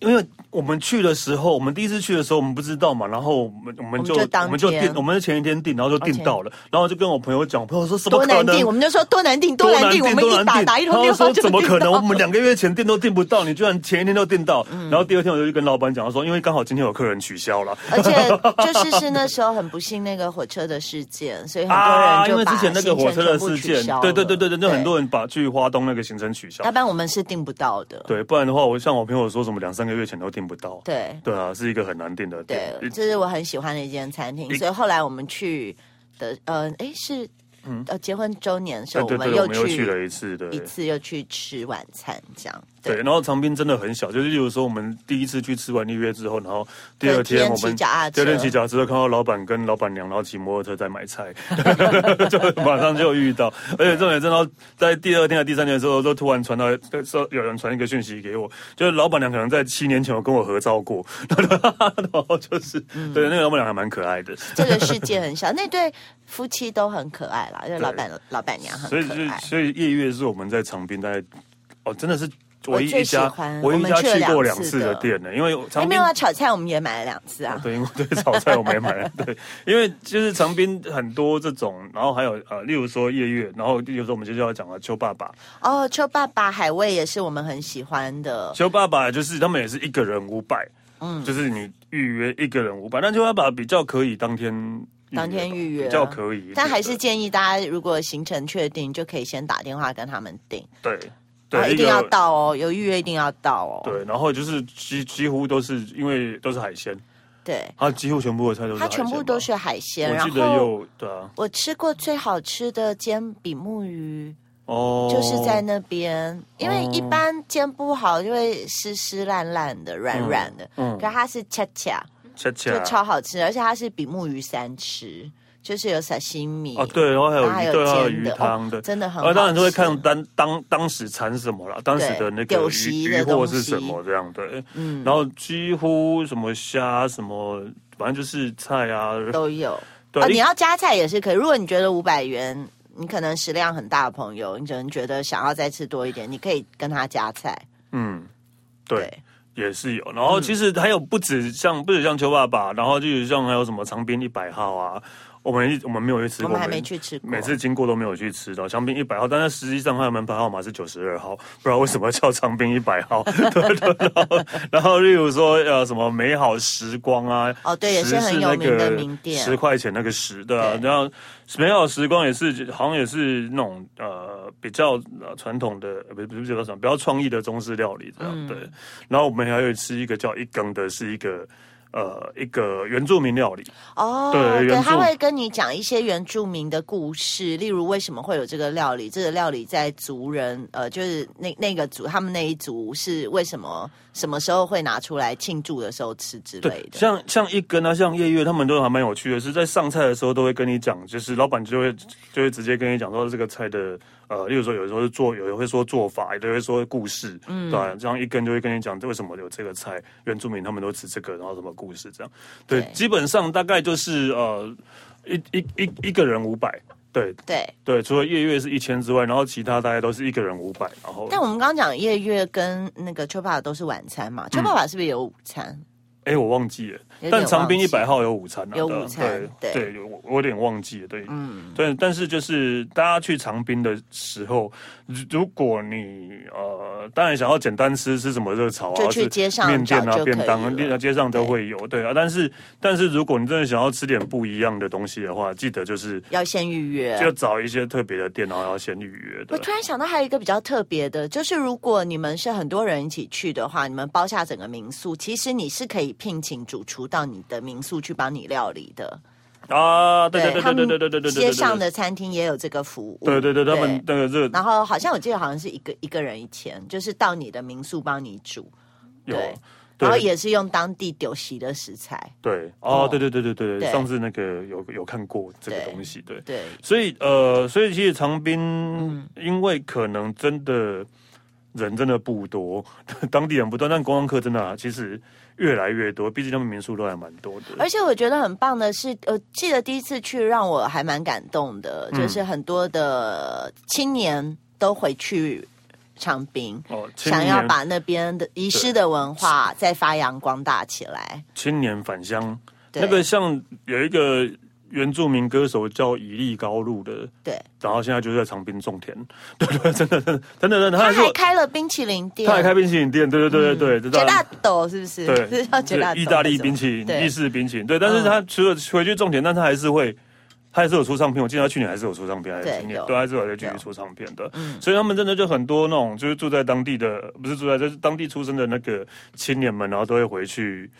Speaker 1: 因为我们去的时候，我们第一次去的时候，我们不知道嘛，然后我们我们就
Speaker 2: 我们就当
Speaker 1: 我们就
Speaker 2: 天
Speaker 1: 订，我们是前一天订，然后就订到了，然后就跟我朋友讲，我朋友说什么
Speaker 2: 多
Speaker 1: 可
Speaker 2: 难
Speaker 1: 能？
Speaker 2: 定，我们就说多难定，多难定，我们
Speaker 1: 多
Speaker 2: 一打
Speaker 1: 难
Speaker 2: 打一
Speaker 1: 定。
Speaker 2: 通
Speaker 1: 他
Speaker 2: 电话
Speaker 1: 说
Speaker 2: 就
Speaker 1: 怎么可能？
Speaker 2: 定
Speaker 1: 我
Speaker 2: 到
Speaker 1: 们两个月前订都订不到，你居然前一天就订到。
Speaker 2: 嗯
Speaker 1: 然后第二天我就去跟老板讲说，因为刚好今天有客人取消了。
Speaker 2: 而且就是是那时候很不幸那个火车的事件，所以嗯很多人
Speaker 1: 啊，
Speaker 2: 就
Speaker 1: 因为
Speaker 2: 把
Speaker 1: 之前那个火车的事
Speaker 2: 行程全部取
Speaker 1: 件
Speaker 2: 消，
Speaker 1: 对对对对
Speaker 2: 了
Speaker 1: 对，就很多，人把去花东那个行程取消
Speaker 2: 要。不然我们是订不到的，
Speaker 1: 对，不然的话，我像我朋友说什么两三个月前都订不到。
Speaker 2: 对。
Speaker 1: 对啊，是一个很难订的店。
Speaker 2: 对，这是我很喜欢的一间餐厅，所以后来我们去的，呃，诶，是，呃，结婚周年的时
Speaker 1: 对嗯哎
Speaker 2: 候，我
Speaker 1: 对
Speaker 2: 们
Speaker 1: 对，我
Speaker 2: 又
Speaker 1: 们又去
Speaker 2: 去
Speaker 1: 了一次，对
Speaker 2: 一次，又去吃晚餐，这样，
Speaker 1: 对。然后长滨真的很小，就是例如说我们第一次去吃完预约之后，然后第
Speaker 2: 对
Speaker 1: 二天
Speaker 2: 天
Speaker 1: 我
Speaker 2: 骑
Speaker 1: 们
Speaker 2: 脚踏车
Speaker 1: 第二天骑脚踏车看到老板跟老板娘，然后骑摩托车在买菜， 就马上就遇到。而且重点真的在第二天还是第三天的时候，都突然传到说有人传一个讯息给我，就是老板娘可能在七年前有跟我合照过， 然后就是、
Speaker 2: 嗯
Speaker 1: 对那个老板娘还蛮可爱的。
Speaker 2: 这个世界很小，那对夫妻都很可爱啦，因为老板老板娘 很
Speaker 1: 所以
Speaker 2: 可
Speaker 1: 就
Speaker 2: 爱。
Speaker 1: 所以夜月是我们在长滨大概哦，真的是唯一
Speaker 2: 最
Speaker 1: 一家
Speaker 2: 喜欢
Speaker 1: 唯一一家
Speaker 2: 我们去了
Speaker 1: 去过
Speaker 2: 两
Speaker 1: 两
Speaker 2: 次
Speaker 1: 次的
Speaker 2: 的
Speaker 1: 店呢，因为
Speaker 2: 哎，
Speaker 1: 长
Speaker 2: 没
Speaker 1: 滨
Speaker 2: 有啊，炒菜我们也买了两次啊，
Speaker 1: 对，因为对炒菜我没买， 对，因为就是长滨很多这种，然后还有呃，例如说夜月，然后例如说我们就是要讲了邱爸爸，
Speaker 2: 哦，邱爸爸海味也是我们很喜欢的，
Speaker 1: 邱爸爸就是他们也是一个人五百，嗯，就是你预约一个人五百，但邱爸爸比较可以当天预约吧
Speaker 2: 当天预约啊
Speaker 1: 比较可以，
Speaker 2: 但还是
Speaker 1: 对
Speaker 2: 建议大家如果行程确定，就可以先打电话跟他们订，
Speaker 1: 对
Speaker 2: 然后
Speaker 1: 对
Speaker 2: 啊一定要
Speaker 1: 个
Speaker 2: 到哦，有预约一定要到哦，
Speaker 1: 对，然后就是几几乎都是因为都是海鲜，
Speaker 2: 对。
Speaker 1: 它几乎全部的菜都是
Speaker 2: 它
Speaker 1: 海鲜
Speaker 2: 全
Speaker 1: 吧
Speaker 2: 部都是海鲜，
Speaker 1: 我
Speaker 2: 然
Speaker 1: 记得
Speaker 2: 后
Speaker 1: 有对啊，
Speaker 2: 我吃过最好吃的煎比目鱼，
Speaker 1: 哦，
Speaker 2: 就是在那边，因为一般煎不好就会湿湿烂烂的、软
Speaker 1: 嗯
Speaker 2: 软的，可是它是恰恰
Speaker 1: 恰
Speaker 2: 就
Speaker 1: 恰
Speaker 2: 超好吃，而且它是比目鱼三吃，就是有沙西米
Speaker 1: 哦，对，然后还有
Speaker 2: 然后还
Speaker 1: 鱼，
Speaker 2: 有
Speaker 1: 对，还有
Speaker 2: 煎
Speaker 1: 鱼
Speaker 2: 的
Speaker 1: 汤
Speaker 2: 哦
Speaker 1: 的，
Speaker 2: 真的很好
Speaker 1: 呃，
Speaker 2: 吃。
Speaker 1: 当然就会看当当当时产什么了，当时的那
Speaker 2: 对
Speaker 1: 个
Speaker 2: 酒席
Speaker 1: 鱼
Speaker 2: 的
Speaker 1: 鱼
Speaker 2: 东
Speaker 1: 货
Speaker 2: 西
Speaker 1: 是什么这样对，嗯，然后几乎什么虾什么，反正就是菜啊，
Speaker 2: 都有。
Speaker 1: 对，
Speaker 2: 哦，
Speaker 1: 一
Speaker 2: 你要加菜也是可以。如果你觉得五百元，你可能食量很大的朋友，你可能觉得想要再吃多一点，你可以跟他加菜。
Speaker 1: 嗯，对。也是有，然
Speaker 2: 嗯
Speaker 1: 后其实还有不止像、不止像邱爸爸，然后就是像还有什么长滨一百号啊，我们一我们没有去吃
Speaker 2: 我
Speaker 1: 过，
Speaker 2: 们还没去吃过
Speaker 1: 每次经过都没有去吃到香槟一百号，但是实际上它的门牌号码是九十二号，不知道为什么叫长滨一百号。 对对，然后然后例如说呃什么美好时光啊，
Speaker 2: 哦对也是
Speaker 1: 十
Speaker 2: 很有名的
Speaker 1: 那个
Speaker 2: 名店
Speaker 1: 十块钱那个十对啊，
Speaker 2: 对
Speaker 1: 然后美好时光也是好像也是那种呃比较呃传统的，呃不是不是比较传统，比较创意的中式料理这样、
Speaker 2: 嗯
Speaker 1: 对。然后我们还有吃一个叫一羹的，是一个呃一个原住民料理。
Speaker 2: 哦，
Speaker 1: 对原
Speaker 2: 他
Speaker 1: 住
Speaker 2: 会跟你讲一些原住民的故事，例如为什么会有这个料理，这个料理在族人呃，就是那那个族他们那一族是为什么什么时候会拿出来庆祝的时候吃之类
Speaker 1: 对，
Speaker 2: 的。
Speaker 1: 像像一根啊，像夜月，他们都还蛮有趣的，是在上菜的时候都会跟你讲，就是老板就会就会直接跟你讲说这个菜的呃，例如说有时候是做，有人会说做法，有的会说故事，嗯，对、啊，这样一根就会跟你讲为什么有这个菜，原住民他们都吃这个，然后什么故事这样，对，
Speaker 2: 对
Speaker 1: 基本上大概就是呃一一一一个人五百，对
Speaker 2: 对，
Speaker 1: 对，除了夜月是一千之外，然后其他大概都是一个人五百，然后
Speaker 2: 但我们刚刚讲夜月跟那个秋爸爸都是晚餐嘛，秋爸爸是不是也有午餐？
Speaker 1: 哎、我忘记了
Speaker 2: 有点，
Speaker 1: 嗯但长滨
Speaker 2: 忘记
Speaker 1: 一百号有午餐、啊，
Speaker 2: 有
Speaker 1: 对啊
Speaker 2: 午餐
Speaker 1: 对
Speaker 2: 对
Speaker 1: 对，有我我有点忘记了，对，嗯，对，但是就是大家去长滨的时候，如如果你呃，当然想要简单吃吃什么热炒啊，
Speaker 2: 就去
Speaker 1: 是
Speaker 2: 街上
Speaker 1: 面店
Speaker 2: 找
Speaker 1: 啊
Speaker 2: 就、
Speaker 1: 便当
Speaker 2: 可以了
Speaker 1: 啊，街上都会有，对啊，但是但是如果你真的想要吃点不一样的东西的话，记得就是
Speaker 2: 要先预约。
Speaker 1: 就找一些特别的店，然后要先预约
Speaker 2: 我
Speaker 1: 的。
Speaker 2: 突然想到还有一个比较特别的，就是如果你们是很多人一起去的话，你们包下整个民宿，其实你是可以聘请主厨到你的民宿去帮你料理的。
Speaker 1: 啊，对对对对对对对对对，对
Speaker 2: 街上的餐厅也有这个服务。
Speaker 1: 对对对，他们那个热
Speaker 2: 然后好像我记得好像是一个一个人一千，就是到你的民宿帮你煮，
Speaker 1: 有
Speaker 2: 对。
Speaker 1: 对
Speaker 2: 然后也是用当地丢席的食材，
Speaker 1: 对，
Speaker 2: 哦
Speaker 1: 哦，对对对对对
Speaker 2: 对
Speaker 1: 对，上次那个有有看过这个
Speaker 2: 对
Speaker 1: 东西，对，
Speaker 2: 对，
Speaker 1: 所以呃，所以其实长滨，
Speaker 2: 嗯
Speaker 1: 因为可能真的人真的不多，当地人不多，但观光客真的、啊、其实越来越多，毕竟他们民宿都还蛮多的，
Speaker 2: 而且我觉得很棒的是，呃，记得第一次去让我还蛮感动的，
Speaker 1: 嗯
Speaker 2: 就是很多的青年都回去长滨，
Speaker 1: 哦，青
Speaker 2: 想要
Speaker 1: 年
Speaker 2: 把那边的遗失的文化再发扬光大起来。
Speaker 1: 青年返乡，
Speaker 2: 对
Speaker 1: 那个像有一个原住民歌手叫以利高路的。
Speaker 2: 对，
Speaker 1: 然后现在就在长滨种田， 对对，真的真的真的真的，他
Speaker 2: 他
Speaker 1: 还是
Speaker 2: 还
Speaker 1: 我
Speaker 2: 开了冰淇淋店，
Speaker 1: 他还开冰淇淋店，对对对对对，这
Speaker 2: 杰
Speaker 1: 当然
Speaker 2: 大斗是不 是？
Speaker 1: 对，
Speaker 2: 是叫杰大斗那种。
Speaker 1: 意大利冰淇淋、
Speaker 2: 对嗯
Speaker 1: 意式冰淇淋，对。但是他除了回去种田，但他还是会，他还是有出唱片。我记得他去年还是有出唱片，还
Speaker 2: 对
Speaker 1: 是今年
Speaker 2: 有，
Speaker 1: 对，还是有在继
Speaker 2: 有嗯
Speaker 1: 续出唱片的。所以他们真的就很多那种，就是住在当地的，不是住在，就是当地出生的那个青年们，然后都会回去，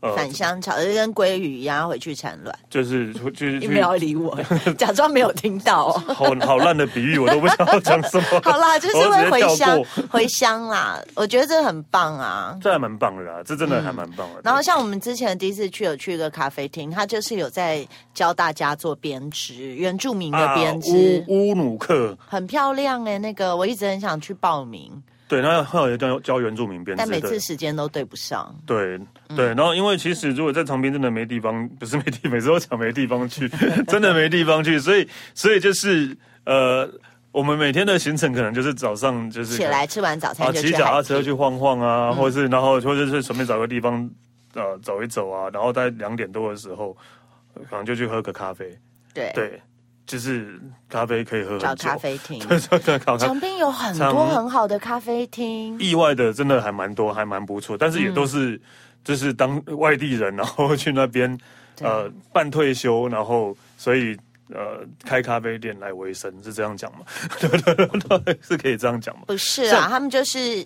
Speaker 1: 呃，
Speaker 2: 返乡潮，就跟鲑鱼一样回去产卵。
Speaker 1: 就是回就是
Speaker 2: 你
Speaker 1: 去
Speaker 2: 没。有 理我，假装没有听到、哦。
Speaker 1: 好好烂的比喻，我都不知道讲什 么。
Speaker 2: 好啦，就是
Speaker 1: 我
Speaker 2: 会
Speaker 1: 直接
Speaker 2: 回
Speaker 1: 跳
Speaker 2: 乡
Speaker 1: 过，
Speaker 2: 回乡啦。我觉得这很棒啊。
Speaker 1: 这还蛮棒的啦，这真的还蛮棒的。
Speaker 2: 嗯然后像我们之前第一次去有去一个咖啡厅，它就是有在教大家做编织，原住民的
Speaker 1: 啊
Speaker 2: 编织，
Speaker 1: 乌乌努克，
Speaker 2: 很漂亮哎、那个我一直很想去报名，
Speaker 1: 对，然后后来教教原住民编织
Speaker 2: 但
Speaker 1: 的，
Speaker 2: 每次时间都对不上。
Speaker 1: 对对，
Speaker 2: 嗯
Speaker 1: 然后因为其实如果在长滨真的没地方，不是没地，每次都讲没地方去， 真的没地方去，所以所以就是呃，我们每天的行程可能就是早上就是
Speaker 2: 起来吃完早餐
Speaker 1: 啊，
Speaker 2: 就
Speaker 1: 骑
Speaker 2: 去
Speaker 1: 脚踏
Speaker 2: 海嗯
Speaker 1: 车去
Speaker 2: 边。
Speaker 1: 晃晃啊，或是然后或者是随便找个地方呃走一走啊，然后在两点多的时候，呃可能就去喝个咖啡，
Speaker 2: 对，
Speaker 1: 对，就是咖啡可以喝很久，
Speaker 2: 找咖，啡 厅。
Speaker 1: 对对对，找咖啡
Speaker 2: 长滨有很
Speaker 1: 长
Speaker 2: 多很好的咖啡厅，
Speaker 1: 意外的真的还蛮多，还蛮不错，但是也都
Speaker 2: 嗯
Speaker 1: 是、就是当外地人，然后去那边呃半退休，然后所以呃开咖啡店来维生，是这样讲吗？ 对对对对，是可以这样讲吗？
Speaker 2: 不是啊，
Speaker 1: 像
Speaker 2: 他们就是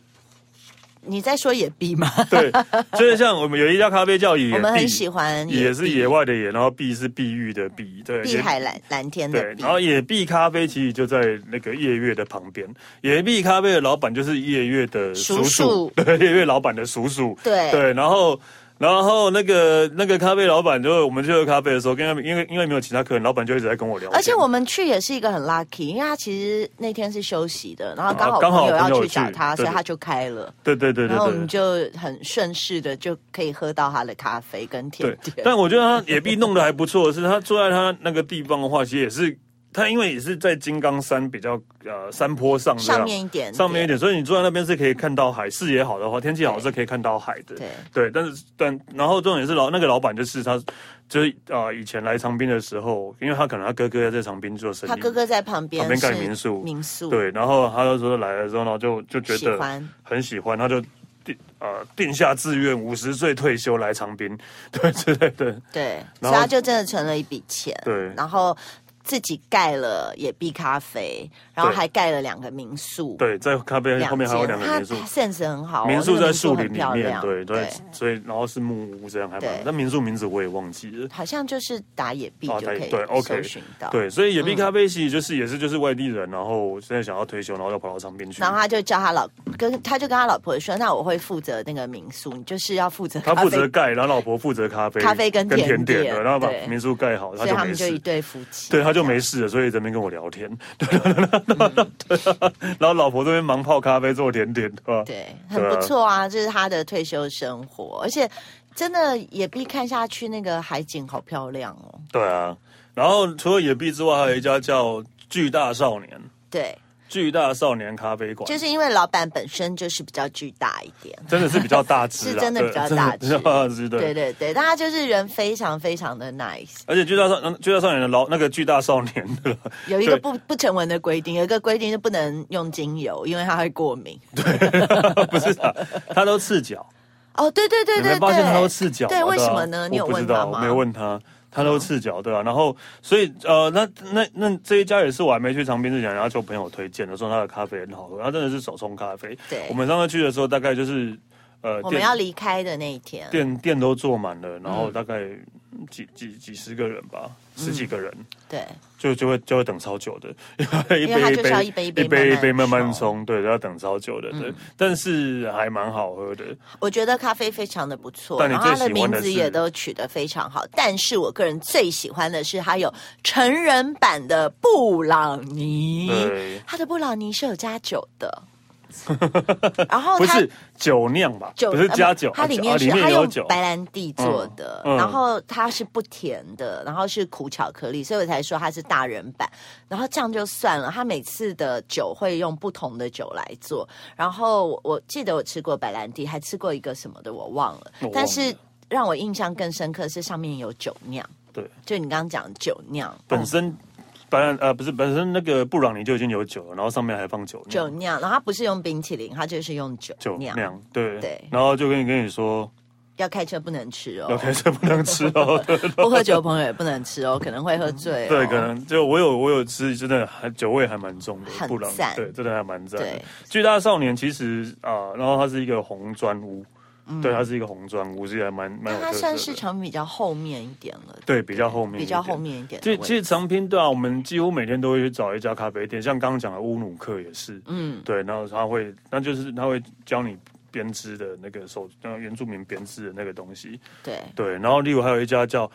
Speaker 2: 你在说野比吗？
Speaker 1: 对，就是像我们有一家咖啡叫野
Speaker 2: 我们很喜
Speaker 1: 碧，
Speaker 2: 欢
Speaker 1: 也是
Speaker 2: 碧
Speaker 1: 野外的野，然后碧是碧玉的碧，对，
Speaker 2: 碧
Speaker 1: 野
Speaker 2: 海蓝蓝天的
Speaker 1: 对，
Speaker 2: 碧
Speaker 1: 然，后野碧咖啡其实就在那个夜月的旁边。野碧咖啡的老板就是夜月的叔
Speaker 2: 叔
Speaker 1: 叔，对，夜月老板的叔叔。
Speaker 2: 对
Speaker 1: 对，然后。然后那个那个咖啡老板就我们去喝咖啡的时候，跟他们因为因为没有其他客人，老板就一直在跟我聊天。
Speaker 2: 而且我们去也是一个很 lucky，因为他其实那天是休息的，然后刚
Speaker 1: 啊
Speaker 2: 好
Speaker 1: 刚好
Speaker 2: 朋友
Speaker 1: 朋
Speaker 2: 要
Speaker 1: 友
Speaker 2: 去找
Speaker 1: 去
Speaker 2: 他，所
Speaker 1: 对
Speaker 2: 以
Speaker 1: 对
Speaker 2: 他就开了，
Speaker 1: 对对对对
Speaker 2: 然后我们
Speaker 1: 对
Speaker 2: 就很顺势的就可以喝到他的咖啡跟甜
Speaker 1: 对，
Speaker 2: 点。
Speaker 1: 但我觉得他野碧弄得还不错，是他坐在他那个地方的话，其实也是它因为也是在金刚山比较呃山坡上这样
Speaker 2: 上面一点点
Speaker 1: 上面一点，所以你坐在那边是可以看到海，视野好的话，天气好是可以看到海的。
Speaker 2: 对
Speaker 1: 对，但是但然后重点是老那个老板就是他，就是啊、呃以前来长滨的时候，因为他可能他哥哥在长滨做生意，
Speaker 2: 他哥哥在旁边
Speaker 1: 旁边盖
Speaker 2: 是
Speaker 1: 民宿
Speaker 2: 民宿
Speaker 1: 对，然后他就说来了之后，呢，就就觉
Speaker 2: 喜
Speaker 1: 得
Speaker 2: 欢
Speaker 1: 很喜欢，他就定呃定下志愿，五十岁退休来长滨， 对之类的，
Speaker 2: 对，
Speaker 1: 然
Speaker 2: 所
Speaker 1: 后
Speaker 2: 以他就真的存了一笔钱，
Speaker 1: 对
Speaker 2: 然后自己盖了野碧咖啡，然后
Speaker 1: 对
Speaker 2: 还盖了两个民宿，
Speaker 1: 对，在咖啡后面还有两个民宿
Speaker 2: 他。sense 很好哦、
Speaker 1: 民
Speaker 2: 那
Speaker 1: 宿
Speaker 2: 个
Speaker 1: 在树
Speaker 2: 很
Speaker 1: 林里
Speaker 2: 漂
Speaker 1: 面，
Speaker 2: 亮
Speaker 1: 对对
Speaker 2: 对，，
Speaker 1: 所以然后是木屋这样，还蛮
Speaker 2: 对。
Speaker 1: 那民宿名字我也忘记了。
Speaker 2: 好像就是打野碧
Speaker 1: 啊
Speaker 2: 就可以
Speaker 1: 对
Speaker 2: 搜
Speaker 1: ，OK，
Speaker 2: 寻到，嗯
Speaker 1: 对，所以野碧咖啡其实就是也是就是外地人，然后现在想要退休，然后要跑到长滨去。
Speaker 2: 然后他就叫他老跟他就跟他老婆说，那我会负责那个民宿，你就是要负责
Speaker 1: 他负责
Speaker 2: 咖啡
Speaker 1: 盖，然后老婆负责咖啡，
Speaker 2: 咖啡跟甜
Speaker 1: 甜
Speaker 2: 点
Speaker 1: 的，然后把
Speaker 2: 对
Speaker 1: 民宿盖好，他
Speaker 2: 所以
Speaker 1: 就
Speaker 2: 他
Speaker 1: 没
Speaker 2: 们就
Speaker 1: 事
Speaker 2: 一。对夫妻，
Speaker 1: 对，他就没事了，所以在那边跟我聊天， 对对对对对然后老婆这边忙泡咖啡做甜点，对吧？
Speaker 2: 对，很
Speaker 1: 对啊
Speaker 2: 不错啊，这、是他的退休生活，而且真的野碧看下去那个海景好漂亮哦。
Speaker 1: 对啊。然后除了野碧之外，还有一家叫巨大少年，
Speaker 2: 对，
Speaker 1: 巨大少年咖啡馆，
Speaker 2: 就是因为老板本身就是比较巨大一点，
Speaker 1: 真的是比较大只
Speaker 2: 是
Speaker 1: 啦，
Speaker 2: 真的
Speaker 1: 对
Speaker 2: 比较大只
Speaker 1: 真的比较 大只，
Speaker 2: 对对对，但他就是人非常非常的 nice。
Speaker 1: 而且巨大少嗯巨大少年的老那个巨大少年 的，
Speaker 2: 有一个
Speaker 1: 对
Speaker 2: 不不成文的规定，有一个规定是不能用精油，因为他会过敏。
Speaker 1: 不是他，他都赤脚，
Speaker 2: 哦，对对对
Speaker 1: 你
Speaker 2: 对
Speaker 1: 没
Speaker 2: 对，
Speaker 1: 发现他都赤脚吗？
Speaker 2: 对，为
Speaker 1: 啊
Speaker 2: 什么呢？你有
Speaker 1: 我不
Speaker 2: 问
Speaker 1: 知
Speaker 2: 他
Speaker 1: 道，我
Speaker 2: 吗？
Speaker 1: 没有问他。他都赤脚，对啊，然后，所以，呃，那那那这一家也是我还没去长滨之前，然后就朋友推荐的，说他的咖啡很好喝，他真的是手冲咖啡。
Speaker 2: 对
Speaker 1: 我们上次去的时候，大概就是，呃，
Speaker 2: 我们
Speaker 1: 店
Speaker 2: 要嗯离开的那一天，
Speaker 1: 店店都坐满了，然后大概几几几十个人吧，十
Speaker 2: 嗯
Speaker 1: 几个人，
Speaker 2: 对，
Speaker 1: 就就会就会等超久的，因
Speaker 2: 因为它就是要一杯一杯
Speaker 1: 一杯一杯
Speaker 2: 慢慢哦嗯
Speaker 1: 慢慢
Speaker 2: 冲
Speaker 1: 冲，对，要等超久的，对，但是还蛮好喝的，
Speaker 2: 我觉得咖啡非常的不错，
Speaker 1: 但你
Speaker 2: 然后它
Speaker 1: 最
Speaker 2: 的
Speaker 1: 喜欢
Speaker 2: 名
Speaker 1: 的
Speaker 2: 字
Speaker 1: 是
Speaker 2: 也都取得非常好。但是我个人最喜欢的是它有成人版的布朗尼
Speaker 1: 对，
Speaker 2: 它的布朗尼是有加酒 的，然后
Speaker 1: 不
Speaker 2: 哦它
Speaker 1: 是酒酿吧？
Speaker 2: 酒
Speaker 1: 不是加酒
Speaker 2: 呃，它里
Speaker 1: 啊
Speaker 2: 面是、
Speaker 1: 里面
Speaker 2: 它
Speaker 1: 有
Speaker 2: 用
Speaker 1: 酒，
Speaker 2: 白兰地做的，
Speaker 1: 嗯嗯
Speaker 2: 然后它是不甜的，然后是苦巧克力，所以我才说它是大人版。然后这样就算了，它每次的酒会用不同的酒来做。然后我我记得我吃过白兰地，还吃过一个什么的我忘了，
Speaker 1: 我忘了
Speaker 2: 但是让我印象更深刻是上面有酒酿，
Speaker 1: 对，
Speaker 2: 就你刚刚讲的酒酿，
Speaker 1: 本
Speaker 2: 嗯
Speaker 1: 身白兰呃不是本身那个布朗尼就已经有酒了，然后上面还放酒
Speaker 2: 酒
Speaker 1: 酿，
Speaker 2: 酿，然后它不是用冰淇淋，它就是用酒
Speaker 1: 酒
Speaker 2: 酿。
Speaker 1: 酿对
Speaker 2: 对
Speaker 1: 然后就跟你跟你说
Speaker 2: 要开车不能吃哦，
Speaker 1: 要 开车不能吃 哦，对
Speaker 2: 不喝酒的朋友也不能吃哦，可能会喝醉、哦。
Speaker 1: 对，可能就我有我有吃，真的还酒味还蛮重的
Speaker 2: 很
Speaker 1: 布朗尼
Speaker 2: 赞，
Speaker 1: 对，真的还蛮赞的。
Speaker 2: 对
Speaker 1: 巨大少年其实啊、然后它是一个红砖屋，对，它是一个红砖屋，其实还蛮蛮有
Speaker 2: 嗯但它
Speaker 1: 特
Speaker 2: 算
Speaker 1: 色
Speaker 2: 是
Speaker 1: 的。
Speaker 2: 长比较后面一点了，
Speaker 1: 对，比较后面一点，
Speaker 2: 比较后面一点的
Speaker 1: 其
Speaker 2: 位
Speaker 1: 实
Speaker 2: 置。
Speaker 1: 其实长滨对啊，我们几乎每天都会去找一家咖啡店，像刚刚讲的乌努克也是，嗯，对，然后他会，那就是他会教你编织的那个手，呃，原住民编织的那个东西，
Speaker 2: 对，
Speaker 1: 对，然后例如还有一家
Speaker 2: 啊
Speaker 1: 叫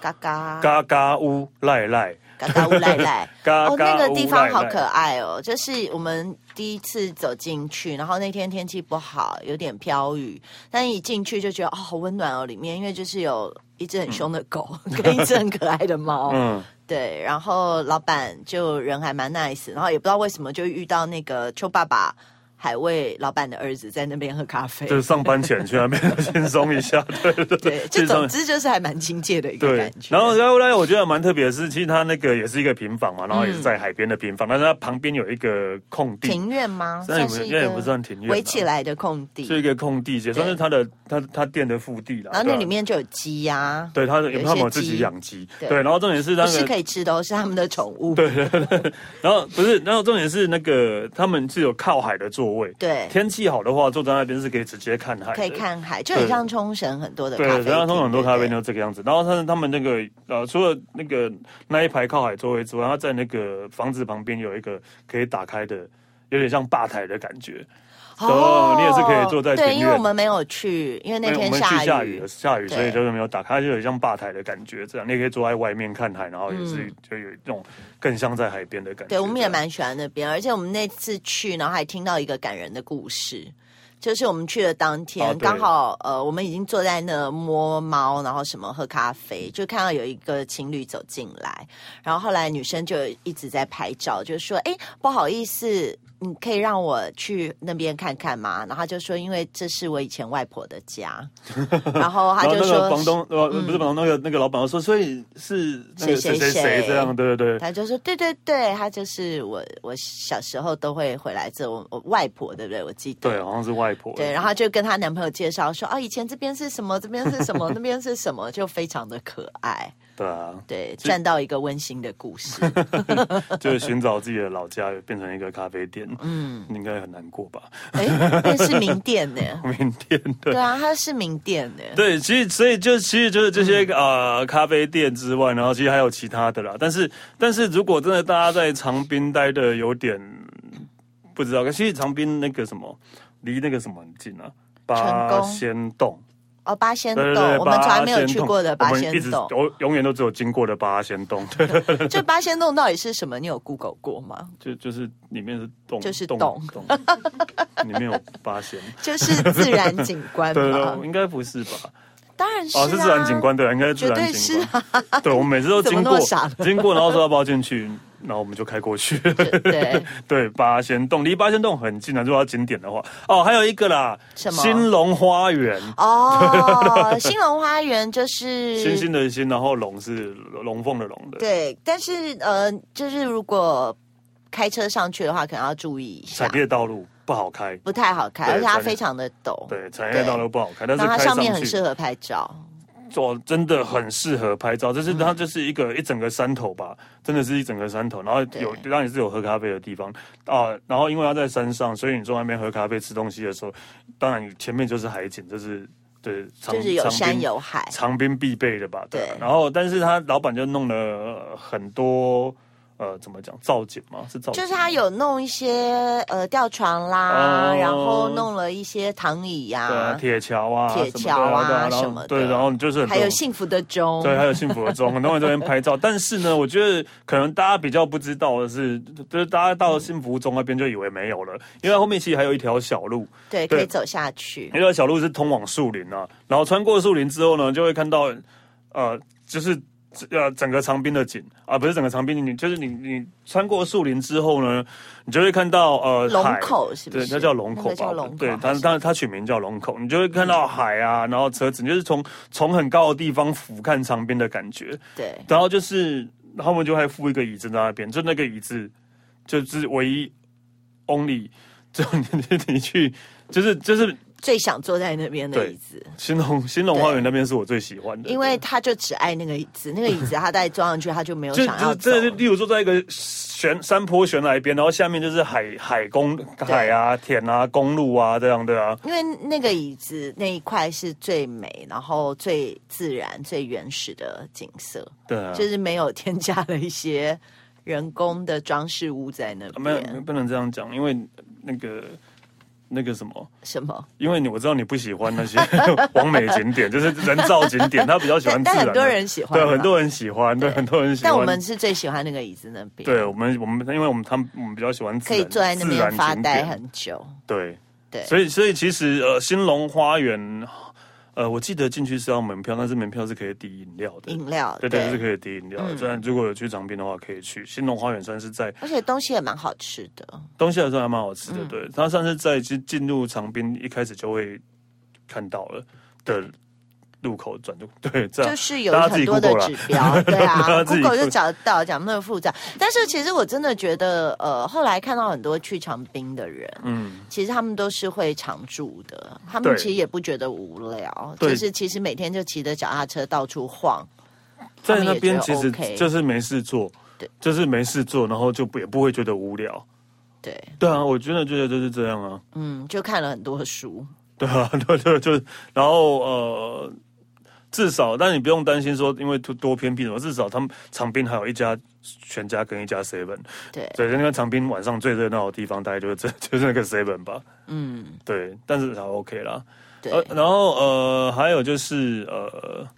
Speaker 2: 嘎嘎
Speaker 1: 嘎嘎乌赖赖，
Speaker 2: 嘎嘎乌赖赖。
Speaker 1: 嘎
Speaker 2: 哦，
Speaker 1: 嘎
Speaker 2: 那个
Speaker 1: 乌
Speaker 2: 地
Speaker 1: 赖
Speaker 2: 方好可
Speaker 1: 赖，
Speaker 2: 爱哦！就是我们第一次走进去，然后那天天气不好，有点飘雨，但一进去就觉得哦，好温暖哦！里面因为就是有一只很凶的狗、 跟一只很可爱的猫，
Speaker 1: 嗯，
Speaker 2: 对，然后老板就人还蛮 nice，然后也不知道为什么就遇到那个邱爸爸海味老板的儿子在那边喝咖啡，
Speaker 1: 就是上班前去那边轻松一 下，对 对
Speaker 2: 对，
Speaker 1: 去
Speaker 2: 就
Speaker 1: 上
Speaker 2: 总之就是还蛮亲切的一个
Speaker 1: 对
Speaker 2: 感，觉。
Speaker 1: 然后然后来我觉得蛮特别的是，其实它那个也是一个平房嘛，然后也是在海边的平房，但是它旁边有一个空地，
Speaker 2: 庭院吗？
Speaker 1: 那也
Speaker 2: 算
Speaker 1: 不
Speaker 2: 是一
Speaker 1: 那也
Speaker 2: 个
Speaker 1: 不算庭院啊
Speaker 2: 围起来的空地，
Speaker 1: 是一个空地，也算是他的他他店的腹地啦。
Speaker 2: 然
Speaker 1: 对
Speaker 2: 后哦那
Speaker 1: 啊
Speaker 2: 里面就有鸡呀、
Speaker 1: 对他
Speaker 2: 有一
Speaker 1: 也
Speaker 2: 些
Speaker 1: 他们有自
Speaker 2: 鸡
Speaker 1: 己养鸡，
Speaker 2: 对
Speaker 1: 对，然后重点是那
Speaker 2: 不是可
Speaker 1: 个，
Speaker 2: 以吃的哦，是他们的宠物。对
Speaker 1: 然后不是，然后重点是那个他们是有靠海的座位，
Speaker 2: 对
Speaker 1: 天气好的话，坐在那边是可以直接看海，
Speaker 2: 可以。看海，就很
Speaker 1: 对
Speaker 2: 像冲绳很多的
Speaker 1: 对
Speaker 2: 咖，啡厅。
Speaker 1: 然后通常很多咖啡
Speaker 2: 对
Speaker 1: 厅都这个样子。然后他他们那个呃，除了那个那一排靠海座位之外，他在那个房子旁边有一个可以打开的，有点像吧台的感觉。
Speaker 2: 不对
Speaker 1: 哦你也是可以坐在
Speaker 2: 对，
Speaker 1: 庭
Speaker 2: 因为我
Speaker 1: 院
Speaker 2: 们没有去，因为那
Speaker 1: 因为
Speaker 2: 天
Speaker 1: 我们去下雨
Speaker 2: 雨
Speaker 1: 了，。下雨，
Speaker 2: 对
Speaker 1: 所以就是没有打开，就有像吧台的感觉，这样你也可以坐在外面看海，然后也是、就有一种更像在海边的感觉。
Speaker 2: 嗯对，我们
Speaker 1: 这
Speaker 2: 也
Speaker 1: 样
Speaker 2: 蛮喜欢那边，而且我们那次去，然后还听到一个感人的故事，就是我们去的当
Speaker 1: 啊
Speaker 2: 天，
Speaker 1: 对
Speaker 2: 刚好呃，我们已经坐在那摸猫，然后什么喝咖啡，就看到有一个情侣走进来，然后后来女生就一直在拍照，就说：“哎，不好意思，你可以让我去那边看看吗？”然后他就说：“因为这是我以前外婆的家。”然后他
Speaker 1: 然后
Speaker 2: 就
Speaker 1: 那个
Speaker 2: 说嗯
Speaker 1: 房东，呃，不是房东，那个那个老板说，所以是那个
Speaker 2: 谁
Speaker 1: 谁谁
Speaker 2: 谁
Speaker 1: 谁
Speaker 2: 谁
Speaker 1: 这样，对对对，
Speaker 2: 他就说：“对对对，他就是我，我小时候都会回来这，我我外婆对不对？我记得。”
Speaker 1: 对，好啊像是外婆，
Speaker 2: 对，然后她就跟她男朋友介绍说，哦，以前这边是什么，这边是 什么，那边是什么，就非常的可爱。
Speaker 1: 对啊，
Speaker 2: 对，赚到一个温馨的故事。
Speaker 1: 就是寻找自己的老家，变成一个咖啡店，嗯，应该很难过吧？
Speaker 2: 哎，那是名店呢。
Speaker 1: 明天对
Speaker 2: 对。啊，它是名店呢。
Speaker 1: 对，其实所以就其实就是这
Speaker 2: 嗯
Speaker 1: 些啊、呃咖啡店之外，然后其实还有其他的啦。但是但是如果真的大家在长滨待的有点不知道，其实长滨那个什么离那个什么很近啊，八
Speaker 2: 成功
Speaker 1: 仙洞，
Speaker 2: 哦，八仙洞
Speaker 1: 对对对，，
Speaker 2: 我们从来没有
Speaker 1: 八仙
Speaker 2: 去
Speaker 1: 洞
Speaker 2: 过的八
Speaker 1: 我们一
Speaker 2: 仙
Speaker 1: 直
Speaker 2: 洞。
Speaker 1: 永永远都只有经过的八仙洞，对，
Speaker 2: 这八仙洞到底是什么？你有 Google 过吗？
Speaker 1: 就就是里面是洞，
Speaker 2: 就是
Speaker 1: 洞，洞里面有八仙，
Speaker 2: 就是自然景 观
Speaker 1: 对对
Speaker 2: 嘛
Speaker 1: 对，。应该不是吧？
Speaker 2: 当然是啊
Speaker 1: 哦，是自然景观，对，应该是自
Speaker 2: 绝
Speaker 1: 然
Speaker 2: 对啊
Speaker 1: 景观。对，我们每次都经
Speaker 2: 怎么那
Speaker 1: 过
Speaker 2: 么傻，
Speaker 1: 经过，然后说要不要进去，然后我们就开过去。
Speaker 2: 对 对，
Speaker 1: 对，八仙洞离八仙洞很近啊，如果要景点的话，哦，还有一个啦，
Speaker 2: 什么
Speaker 1: 兴隆花园，
Speaker 2: 哦，兴隆花园就是
Speaker 1: 星星的星，然后龙是龙凤的龙的。
Speaker 2: 对，啊但是呃，就是如果开车上去的话，可能要注意一下
Speaker 1: 产，业道路不好开，
Speaker 2: 不太好开，
Speaker 1: 对
Speaker 2: 而且它
Speaker 1: 产业
Speaker 2: 非常的陡。
Speaker 1: 对，产业道路不好开，但是
Speaker 2: 然后
Speaker 1: 开
Speaker 2: 它上面很
Speaker 1: 去
Speaker 2: 适合拍照，
Speaker 1: 做真的很
Speaker 2: 嗯
Speaker 1: 适合拍照，就是它就是一个一整个山头吧，真的是一整个山头，然后有让你是有喝咖啡的地方啊，然后因为它在山上，所以你坐那边喝咖啡吃东西的时候，当然前面就是海景，就是对，长
Speaker 2: 就是有
Speaker 1: 长
Speaker 2: 山
Speaker 1: 滨
Speaker 2: 有海。
Speaker 1: 长滨必备的吧，对啊。
Speaker 2: 对
Speaker 1: 然后但是他老板就弄了、呃很多呃怎么讲造景吗？是造景吗，
Speaker 2: 就是它有弄一些呃吊床啦，
Speaker 1: 哦
Speaker 2: 然后弄了一些躺椅呀、
Speaker 1: 对啊铁桥啊什
Speaker 2: 铁
Speaker 1: 么的
Speaker 2: 桥啊
Speaker 1: 对然后
Speaker 2: 什么的
Speaker 1: 对，然后就是很多
Speaker 2: 还有幸福的钟。
Speaker 1: 对，还有幸福的钟，很多人在那边拍照。但是呢，我觉得可能大家比较不知道的是，就是大家到幸福钟那边就以为没有了，因为后面其实还有一条小路，
Speaker 2: 对，
Speaker 1: 对
Speaker 2: 可以走下去
Speaker 1: 那。条小路是通往树林啊。然后穿过树林之后呢，就会看到，呃，就是呃整个长滨的景啊，不是整个长滨，你就是你你穿过树林之后呢，你就会看到呃
Speaker 2: 龙
Speaker 1: 海
Speaker 2: 口是不
Speaker 1: 对
Speaker 2: 是？，
Speaker 1: 那叫龙口
Speaker 2: 那个
Speaker 1: 吧
Speaker 2: 叫？龙口。
Speaker 1: 对，它它它取名叫龙口，你就会看到海啊，然后车子，你就是从从很高的地方俯瞰长滨的感觉。
Speaker 2: 对
Speaker 1: 然后就是他们就还附一个椅子在那边，就那个椅子就是唯一 only，就你你去就是就是
Speaker 2: 最想坐在那边的
Speaker 1: 对
Speaker 2: 椅子，
Speaker 1: 新龙新龙花园那边是我最喜欢的，
Speaker 2: 因为他就只爱那个椅子，那个椅 子他再装上去，他就没有
Speaker 1: 就
Speaker 2: 想要
Speaker 1: 就
Speaker 2: 走
Speaker 1: 这
Speaker 2: 了。
Speaker 1: 就例如说在一个悬山坡悬崖边，然后下面就是海海公海啊田啊公路啊这样的啊，
Speaker 2: 因为那个椅子那一块是最美，然后最自然、最原始的景色，
Speaker 1: 对啊。
Speaker 2: 就是没有添加了一些人工的装饰物在那
Speaker 1: 啊没有
Speaker 2: 边。
Speaker 1: 不能这样讲，因为那个那个什么，
Speaker 2: 什么？
Speaker 1: 因为你我知道你不喜欢那些 完美景点，就是人造景点，他比较喜欢
Speaker 2: 但
Speaker 1: 自
Speaker 2: 但
Speaker 1: 然啊
Speaker 2: 很
Speaker 1: 的。
Speaker 2: 多人喜欢，
Speaker 1: 对，很。多人喜欢，对，很多人喜欢。
Speaker 2: 但我们是最喜欢那个椅子那边，
Speaker 1: 对我们我们，因为我们他们我们比较喜欢自
Speaker 2: 可
Speaker 1: 然
Speaker 2: 以坐在那
Speaker 1: 自然
Speaker 2: 边发
Speaker 1: 景
Speaker 2: 呆
Speaker 1: 点
Speaker 2: 很久。
Speaker 1: 对
Speaker 2: 对
Speaker 1: 所以所以其实呃，兴隆花园，呃，我记得进去是要门票，但是门票是可以抵饮料的。
Speaker 2: 饮料嗯
Speaker 1: 对对，是可以抵饮料的。虽然如果有去长滨的话，可以去兴隆花园，算是在
Speaker 2: 而且东西也蛮好吃的。
Speaker 1: 东西还算还蛮好吃
Speaker 2: 嗯
Speaker 1: 的。对，它算是在进进入长滨一开始就会看到了的路口转入，对，这样
Speaker 2: 就是有
Speaker 1: 大家自
Speaker 2: 很
Speaker 1: 己
Speaker 2: 多的
Speaker 1: Google 啦
Speaker 2: 指标，对
Speaker 1: 大
Speaker 2: 啊
Speaker 1: 家自己
Speaker 2: ，Google 就
Speaker 1: Google
Speaker 2: 找得到，讲那么复杂。但是其实我真的觉得，呃，后来看到很多去长滨的人，
Speaker 1: 嗯，
Speaker 2: 其实他们都是会常住的，他们
Speaker 1: 对
Speaker 2: 其实也不觉得无聊，
Speaker 1: 对
Speaker 2: 就是其实每天就骑着脚踏车到处晃，他
Speaker 1: 在
Speaker 2: 们
Speaker 1: 那
Speaker 2: 也
Speaker 1: 边
Speaker 2: 觉
Speaker 1: 其
Speaker 2: 得
Speaker 1: 实
Speaker 2: OK
Speaker 1: 就是没事做
Speaker 2: 对，
Speaker 1: 就是没事做，然后就不也不会觉得无聊。
Speaker 2: 对，
Speaker 1: 对啊，我真的觉得就是这样啊。
Speaker 2: 嗯，就看了很多书，
Speaker 1: 对啊， 对对，就是，然后呃，至少，但你不用担心说，因为多多偏僻什么，至少他们长滨还有一家全家跟一家 seven，
Speaker 2: 对，
Speaker 1: 所以那个长滨晚上最热闹的地方，大概就是这 就是那个 seven 吧。嗯，对，但是还 OK 啦。
Speaker 2: 对，
Speaker 1: 呃，然后呃，还有就是呃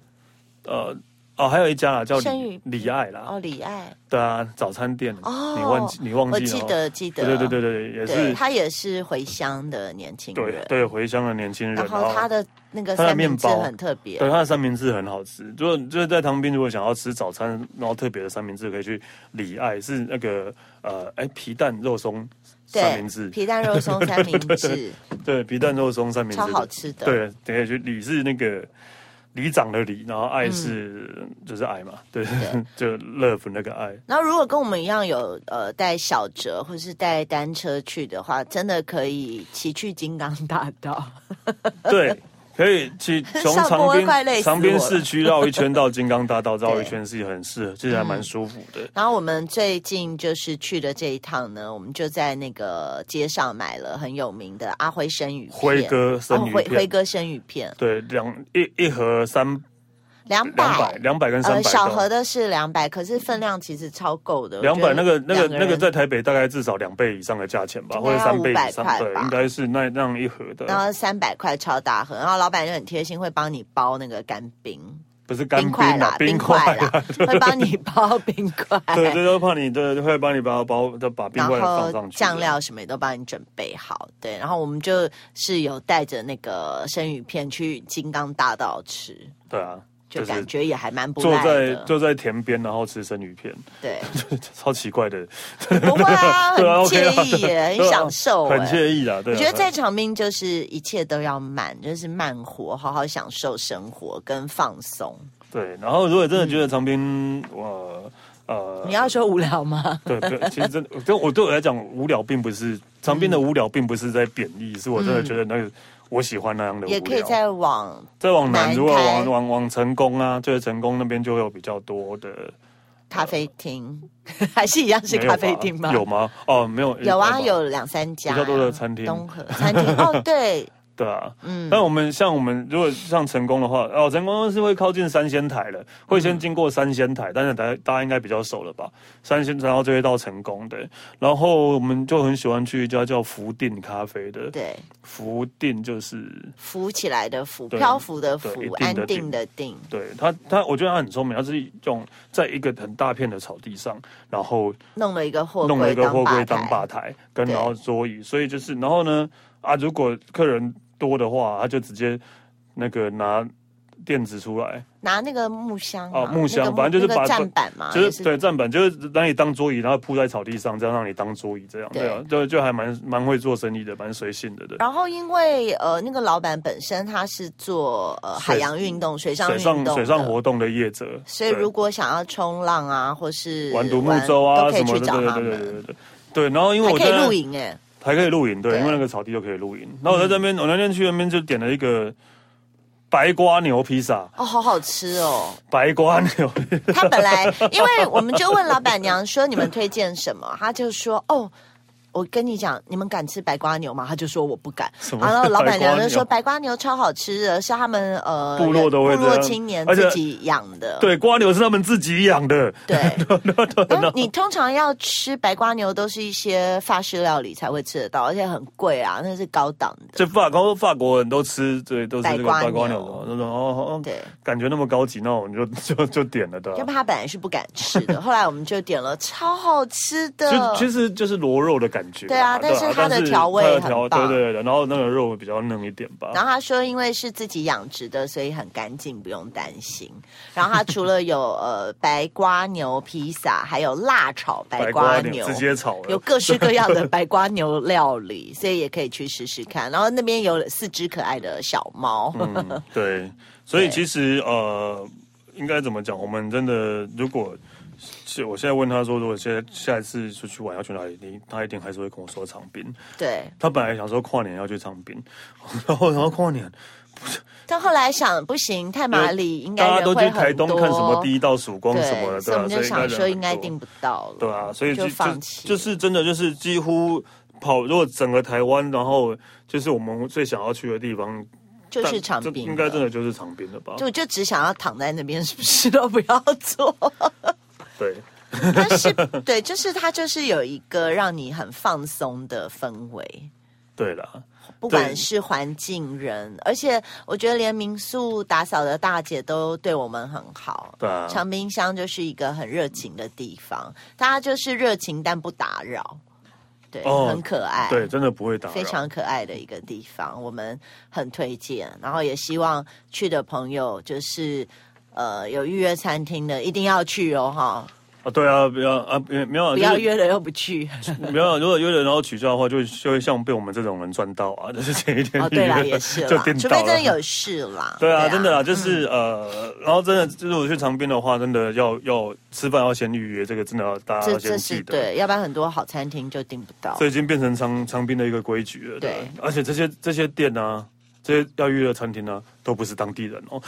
Speaker 1: 呃，哦，还有一家啦，叫
Speaker 2: 生鱼
Speaker 1: 李李爱啦，
Speaker 2: 哦，李爱，
Speaker 1: 对啊，早餐店，
Speaker 2: 哦
Speaker 1: 你忘记你忘
Speaker 2: 我
Speaker 1: 记
Speaker 2: 记
Speaker 1: 了哦？
Speaker 2: 得记得，
Speaker 1: 对对对对对，也
Speaker 2: 对
Speaker 1: 是
Speaker 2: 他也是回乡的年轻
Speaker 1: 对
Speaker 2: 人，
Speaker 1: 对回乡的年轻人，
Speaker 2: 然后他的那个
Speaker 1: 他的
Speaker 2: 三明
Speaker 1: 面
Speaker 2: 治
Speaker 1: 包
Speaker 2: 很特别，
Speaker 1: 对他的三明治很好吃，如果就是在唐滨，如果想要吃早餐，然后特别的三明治，可以去李爱，是那个呃，哎皮蛋肉松三明治，
Speaker 2: 皮蛋肉松三明治，
Speaker 1: 对皮蛋肉松三明治
Speaker 2: 超好吃的。
Speaker 1: 对，等下去李是那个里长的李，然后爱是、就是爱嘛，对，就 love 那个爱，
Speaker 2: 然后如果跟我们一样有呃带小折或是带单车去的话，真的可以骑去金刚大道。
Speaker 1: 对，可以去从
Speaker 2: 上
Speaker 1: 长
Speaker 2: 坡会快累
Speaker 1: 滨
Speaker 2: 死
Speaker 1: 长滨
Speaker 2: 我了
Speaker 1: 市区绕一圈到金刚大道，绕
Speaker 2: 对
Speaker 1: 一圈是很适合，其实还蛮舒服 的。
Speaker 2: 然后我们最近就是去的这一趟呢，我们就在那个街上买了很有名的阿辉生鱼片，
Speaker 1: 辉哥生
Speaker 2: 哦
Speaker 1: 鱼
Speaker 2: 辉辉
Speaker 1: 片，
Speaker 2: 哥生鱼片，
Speaker 1: 对，两一一盒三
Speaker 2: 两
Speaker 1: 两百
Speaker 2: 百。
Speaker 1: 两百跟三百
Speaker 2: 呃，小盒的是两百，可是分量其实超够的。
Speaker 1: 两百
Speaker 2: 我觉得
Speaker 1: 那个那
Speaker 2: 两
Speaker 1: 个那
Speaker 2: 人
Speaker 1: 个在台北大概至少两倍以上的价钱吧，
Speaker 2: 应
Speaker 1: 或者
Speaker 2: 该要
Speaker 1: 三倍以
Speaker 2: 500
Speaker 1: 上
Speaker 2: 块，
Speaker 1: 对，
Speaker 2: 吧
Speaker 1: 应该是那那样一盒
Speaker 2: 然
Speaker 1: 的，
Speaker 2: 后三百块超大盒，然后老板就很贴心，会帮你包那个干冰
Speaker 1: 不是干
Speaker 2: 冰块
Speaker 1: 冰
Speaker 2: 啦
Speaker 1: 啊，，
Speaker 2: 冰块啦，会帮你包冰块，
Speaker 1: 对，这都怕你对会帮你把包就把冰
Speaker 2: 然
Speaker 1: 块放上
Speaker 2: 后
Speaker 1: 去，
Speaker 2: 酱料什么也都帮你准备好，对，然后我们就是有带着那个生鱼片去金刚大道吃，
Speaker 1: 对啊，
Speaker 2: 就
Speaker 1: 就是
Speaker 2: 感觉也还蛮不
Speaker 1: 坐
Speaker 2: 赖
Speaker 1: 在
Speaker 2: 的，
Speaker 1: 坐在田边，然后吃生鱼片，
Speaker 2: 对，
Speaker 1: 超奇怪的，
Speaker 2: 不会啊，很
Speaker 1: 对啊，OK 啊
Speaker 2: 惬意耶，
Speaker 1: 对
Speaker 2: 很
Speaker 1: 啊
Speaker 2: 享受，
Speaker 1: 很
Speaker 2: 哎。
Speaker 1: 惬意啊。对
Speaker 2: 我
Speaker 1: 啊，
Speaker 2: 觉得在
Speaker 1: 对
Speaker 2: 长滨就是一切都要慢，就是慢活，好好享受生活跟放松。
Speaker 1: 对，啊然后如果真的觉得长滨，我呃
Speaker 2: 嗯你，要说无聊吗？
Speaker 1: 对，对其实真的，对我对我来讲，无聊并不是长滨的
Speaker 2: 嗯
Speaker 1: 无聊，并不是在贬义，是我真的觉得那个我喜欢那样的无
Speaker 2: 也
Speaker 1: 聊。
Speaker 2: 可以再往
Speaker 1: 再往南，
Speaker 2: 南
Speaker 1: 如果
Speaker 2: 开
Speaker 1: 往往往成功啊，就是成功那边就会有比较多的
Speaker 2: 咖啡厅， 还是一样是
Speaker 1: 没有吧
Speaker 2: 咖啡厅吗？
Speaker 1: 有吗？哦，没有，
Speaker 2: 有啊，
Speaker 1: 吧
Speaker 2: 有两三家
Speaker 1: 比较多的餐厅
Speaker 2: 东河餐厅哦， 对，
Speaker 1: 对啊，嗯，但我们像我们如果像成功的话，哦，成功是会靠近三仙台了，会先经过三仙
Speaker 2: 嗯
Speaker 1: 台，但是大家大家应该比较熟了吧？三仙，然后就会到成功对，然后我们就很喜欢去一家叫福定咖啡的，
Speaker 2: 对，
Speaker 1: 福定就是
Speaker 2: 浮起来的浮，
Speaker 1: 对
Speaker 2: 漂浮的浮
Speaker 1: 对一，定
Speaker 2: 安
Speaker 1: 的
Speaker 2: 定的定，
Speaker 1: 对他他，我觉得他很聪明，他是用在一个很大片的草地上，然后
Speaker 2: 弄了一个货
Speaker 1: 弄了
Speaker 2: 柜
Speaker 1: 一个货柜
Speaker 2: 当
Speaker 1: 当
Speaker 2: 吧
Speaker 1: 吧台，跟
Speaker 2: 对
Speaker 1: 然后桌椅，所以就是然后呢啊，如果客人多的话，他就直接那个拿垫子出来。
Speaker 2: 拿那个木箱嘛
Speaker 1: 哦木箱
Speaker 2: 那个
Speaker 1: 反正就是
Speaker 2: 那个
Speaker 1: 把
Speaker 2: 站板嘛，
Speaker 1: 就
Speaker 2: 啊也
Speaker 1: 是对站板，就是让你当桌椅，然后铺在草地上，这样让你当桌椅，这样
Speaker 2: 对
Speaker 1: 对啊，就就还蛮蛮会做生意的，蛮随性的，对。
Speaker 2: 然后因为呃，那个老板本身他是做呃
Speaker 1: 水
Speaker 2: 海洋运动、水上
Speaker 1: 水
Speaker 2: 运
Speaker 1: 上
Speaker 2: 动的、
Speaker 1: 水上活动的业者，
Speaker 2: 所以
Speaker 1: 对
Speaker 2: 如果想要冲浪啊，或是
Speaker 1: 玩独木舟啊
Speaker 2: 都可
Speaker 1: 什
Speaker 2: 以
Speaker 1: 么
Speaker 2: 去
Speaker 1: 的，
Speaker 2: 找
Speaker 1: 对
Speaker 2: 他
Speaker 1: 对对对
Speaker 2: 们，
Speaker 1: 对对。对，然后因为
Speaker 2: 还
Speaker 1: 我
Speaker 2: 可以
Speaker 1: 在
Speaker 2: 露营哎，
Speaker 1: 还可以露营，对，
Speaker 2: 对嗯
Speaker 1: 因为那个草地就可以露营。然后我在这边，我那天去那边就点了一个白瓜牛披萨，
Speaker 2: 哦，好好吃哦。
Speaker 1: 白瓜牛，
Speaker 2: 他本来因为我们就问老板娘说你们推荐什么，他就说哦。我跟你讲，你们敢吃白瓜牛吗？他就说我不敢。
Speaker 1: 什么
Speaker 2: 然后老板娘
Speaker 1: 白瓜
Speaker 2: 就
Speaker 1: 牛
Speaker 2: 说白瓜牛超好吃的，是他们呃
Speaker 1: 部落都会
Speaker 2: 部落
Speaker 1: 这样
Speaker 2: 青年
Speaker 1: 而且
Speaker 2: 自己养的。
Speaker 1: 对，瓜牛是他们自己养的，
Speaker 2: 对，然后你通常要吃白瓜牛，都是一些法式料理才会吃得到，而且很贵啊，那是高档的。
Speaker 1: 就法国法国人都吃，对，都是这
Speaker 2: 白
Speaker 1: 个
Speaker 2: 瓜
Speaker 1: 白瓜牛
Speaker 2: 牛
Speaker 1: 嘛，那种哦，哦
Speaker 2: 对，
Speaker 1: 感觉那么高级，那我们就 就就点了的
Speaker 2: 要。不他本来是不敢吃 的，后来我们就点了超好吃的
Speaker 1: 就，其实就是螺肉的感觉啦，
Speaker 2: 对啊但是它的调味
Speaker 1: 它的
Speaker 2: 很
Speaker 1: 调
Speaker 2: 棒
Speaker 1: 对对对，然后那个肉比较嫩一点吧。
Speaker 2: 然后他说，因为是自己养殖的，所以很干净，不用担心。然后他除 了有呃白瓜牛披萨，还有辣炒白瓜牛，
Speaker 1: 直接炒
Speaker 2: 有
Speaker 1: 了，
Speaker 2: 各式各 样的白瓜牛料理，所以也可以去试试看。然后那边有四只可爱的小猫，
Speaker 1: 嗯，对，所以
Speaker 2: 对
Speaker 1: 其实呃，应该怎么讲？我们真的如果是我现在问他说，如果现在下一次出去玩要去哪里，你他一定还是会跟我说长滨。
Speaker 2: 对。
Speaker 1: 他本来想说跨年要去长滨， 然后然后跨年
Speaker 2: 但后来想不行，太麻里应该
Speaker 1: 大家
Speaker 2: 人
Speaker 1: 都
Speaker 2: 会
Speaker 1: 去
Speaker 2: 很
Speaker 1: 台东
Speaker 2: 多
Speaker 1: 看什么第一道曙光
Speaker 2: 对，
Speaker 1: 什么的，
Speaker 2: 所
Speaker 1: 对
Speaker 2: 以我
Speaker 1: 啊，
Speaker 2: 们就
Speaker 1: 所以
Speaker 2: 想说
Speaker 1: 人
Speaker 2: 应该
Speaker 1: 很多
Speaker 2: 订不到了，
Speaker 1: 对啊，所以
Speaker 2: 就
Speaker 1: 就
Speaker 2: 放弃
Speaker 1: 就就是真的就是几乎跑，如果整个台湾，然后就是我们最想要去的地方，
Speaker 2: 就
Speaker 1: 但
Speaker 2: 是长
Speaker 1: 这
Speaker 2: 滨了，
Speaker 1: 应该真的就是长滨了吧？
Speaker 2: 就就只想要躺在那边，什么事都不要做。
Speaker 1: 对，
Speaker 2: 但是对，就是它就是有一个让你很放松的氛围，
Speaker 1: 对啦，
Speaker 2: 不管是环境人，而且我觉得连民宿打扫的大姐都对我们很好。
Speaker 1: 对啊，
Speaker 2: 长滨乡就是一个很热情的地方，大家就是热情但不打扰，对，
Speaker 1: 哦
Speaker 2: 很可爱，
Speaker 1: 对，真的不会打扰，
Speaker 2: 哎非常可爱的一个地方，我们很推荐。然后也希望去的朋友就是呃有预约餐厅的一定要去哦哈，
Speaker 1: 啊，对啊，不要啊，没没有啊，
Speaker 2: 不
Speaker 1: 就
Speaker 2: 要
Speaker 1: 是
Speaker 2: 约了又不去。
Speaker 1: 没有啊，如果约了然后取消的话，就就会像被我们这种人赚到啊， 就是前一天
Speaker 2: 哦，对 啦，
Speaker 1: 预约
Speaker 2: 也是
Speaker 1: 就
Speaker 2: 啦，
Speaker 1: 颠
Speaker 2: 除
Speaker 1: 倒
Speaker 2: 非真的
Speaker 1: 了
Speaker 2: 有嗯事啦。
Speaker 1: 对啊，真的啊，就是、呃，然后真的，就是我去长滨的话，真的要要吃饭要先预约，这个真的要大家
Speaker 2: 这
Speaker 1: 要先
Speaker 2: 这
Speaker 1: 记
Speaker 2: 是
Speaker 1: 得。
Speaker 2: 对，要不然很多好餐厅就订不到
Speaker 1: 这。已经变成长长滨的一个规矩了。
Speaker 2: 对
Speaker 1: 而且这些这些店啊，这些要预约的餐厅呢、都不是当地人
Speaker 2: 嗯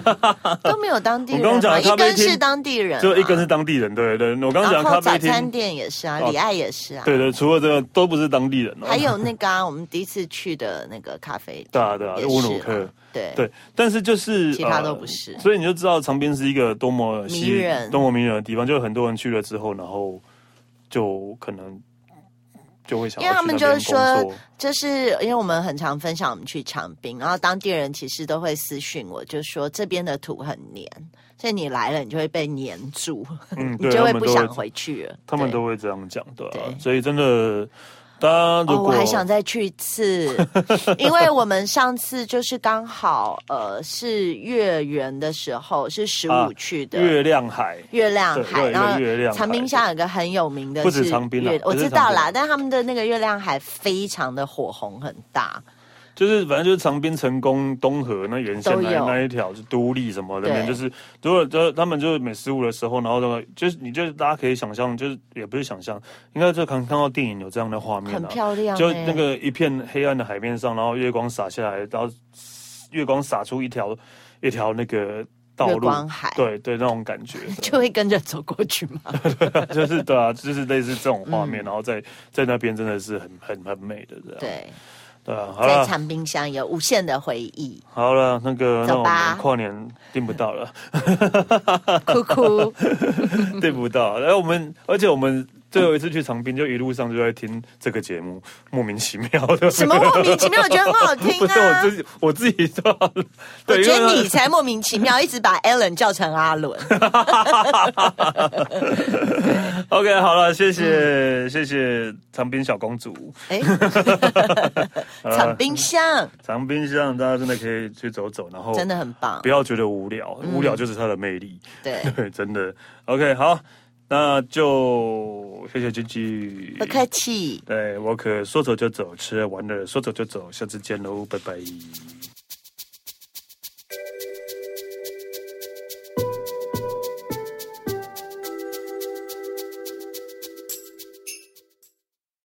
Speaker 1: 哦，
Speaker 2: 哦都没有当地人
Speaker 1: 呃我
Speaker 2: 嘛，
Speaker 1: 刚刚讲的咖
Speaker 2: 一
Speaker 1: 啡
Speaker 2: 根
Speaker 1: 厅
Speaker 2: 是当地人、啊，
Speaker 1: 只有一根是当地人。对对，我刚刚讲
Speaker 2: 然
Speaker 1: 的咖
Speaker 2: 后
Speaker 1: 啡
Speaker 2: 早餐
Speaker 1: 厅，
Speaker 2: 店也是啊，
Speaker 1: 哦
Speaker 2: 李爱也是啊，
Speaker 1: 对对，除了这个都不是当地人哦。
Speaker 2: 还有那个啊，我们第一次去的那个咖啡店，
Speaker 1: 对啊对啊
Speaker 2: 也是
Speaker 1: 乌鲁克，
Speaker 2: 对
Speaker 1: 对，但是就是呃
Speaker 2: 其他都不是
Speaker 1: 所以你就知道长滨是一个多么吸
Speaker 2: 迷人
Speaker 1: 多么迷人的地方，就是很多人去了之后，然后就可能就会想要
Speaker 2: 因为他们
Speaker 1: 去那边
Speaker 2: 就是
Speaker 1: 工
Speaker 2: 说
Speaker 1: 作
Speaker 2: 就是因为我们很常分享我们去长滨，然后当地人其实都会私讯我，就说这边的土很黏，所以你来了你就会被黏住，
Speaker 1: 嗯，
Speaker 2: 你
Speaker 1: 对，
Speaker 2: 就
Speaker 1: 他
Speaker 2: 会
Speaker 1: 们
Speaker 2: 不
Speaker 1: 都
Speaker 2: 想
Speaker 1: 会
Speaker 2: 回去了。
Speaker 1: 他们
Speaker 2: 对
Speaker 1: 都会这样讲，对啊
Speaker 2: 对，
Speaker 1: 所以真的，大家如
Speaker 2: 哦，
Speaker 1: 果
Speaker 2: 我还想再去一 次，因为我们上次就是刚好呃是月圆的时候，是十
Speaker 1: 啊
Speaker 2: 五去的。
Speaker 1: 月亮海，
Speaker 2: 月亮海，
Speaker 1: 对
Speaker 2: 然后
Speaker 1: 有一个月亮海
Speaker 2: 长滨乡有个很有名的是，
Speaker 1: 不止长滨啊
Speaker 2: 月
Speaker 1: 不
Speaker 2: 我
Speaker 1: 是
Speaker 2: 知道
Speaker 1: 长
Speaker 2: 啦，
Speaker 1: 滨
Speaker 2: 但他们的那个月亮海非常的火红很大，
Speaker 1: 就是反正就是长滨、成功、东河那沿线
Speaker 2: 都
Speaker 1: 那
Speaker 2: 有
Speaker 1: 那一条，就都立什么的，那边
Speaker 2: 对
Speaker 1: 就是如果这他们就是每十五的时候，然后那个就是你就是大家可以想象，就是也不是想象，应该就看看到电影有这样的画面
Speaker 2: 很
Speaker 1: 啊，
Speaker 2: 漂亮、欸，
Speaker 1: 就那个一片黑暗的海面上，然后月光洒下来，然后月光洒出一条一条那个道
Speaker 2: 月
Speaker 1: 路，
Speaker 2: 光海，
Speaker 1: 对对，那种感 觉，
Speaker 2: 就会跟着走过去 嘛。
Speaker 1: 就是对啊，就是类似这种画面，然后在在那边真的是很很很美的这样。
Speaker 2: 嗯对，
Speaker 1: 对啊，好
Speaker 2: 在
Speaker 1: 了
Speaker 2: 长滨乡有无限的回 忆，
Speaker 1: 好了，那个那
Speaker 2: 走
Speaker 1: 我
Speaker 2: 吧
Speaker 1: 们跨年订不到 了，
Speaker 2: 哭哭，
Speaker 1: 订不到。哎然后我们，而且我们最后一次去长滨，就一路上就在听这个节目，莫名其妙的。
Speaker 2: 什么莫名其妙，我觉得很好 听
Speaker 1: 不是我
Speaker 2: 啊。
Speaker 1: 自己，我自己知道。
Speaker 2: 我
Speaker 1: 对，
Speaker 2: 觉得
Speaker 1: 因为
Speaker 2: 你才莫名其妙，一直把 Alan 叫成阿伦。
Speaker 1: OK，好了，谢谢、谢谢长滨小公主，
Speaker 2: 哎， 长滨乡
Speaker 1: 长滨乡大家真的可以去走走，然后
Speaker 2: 真的很棒
Speaker 1: 不，要觉得无聊，无聊就是它的魅力。
Speaker 2: 对，
Speaker 1: 对，真的。OK，好，那就谢谢君君。
Speaker 2: 不客气。
Speaker 1: 对我可说走就走，吃了玩了说走就走，下次见喽，拜拜。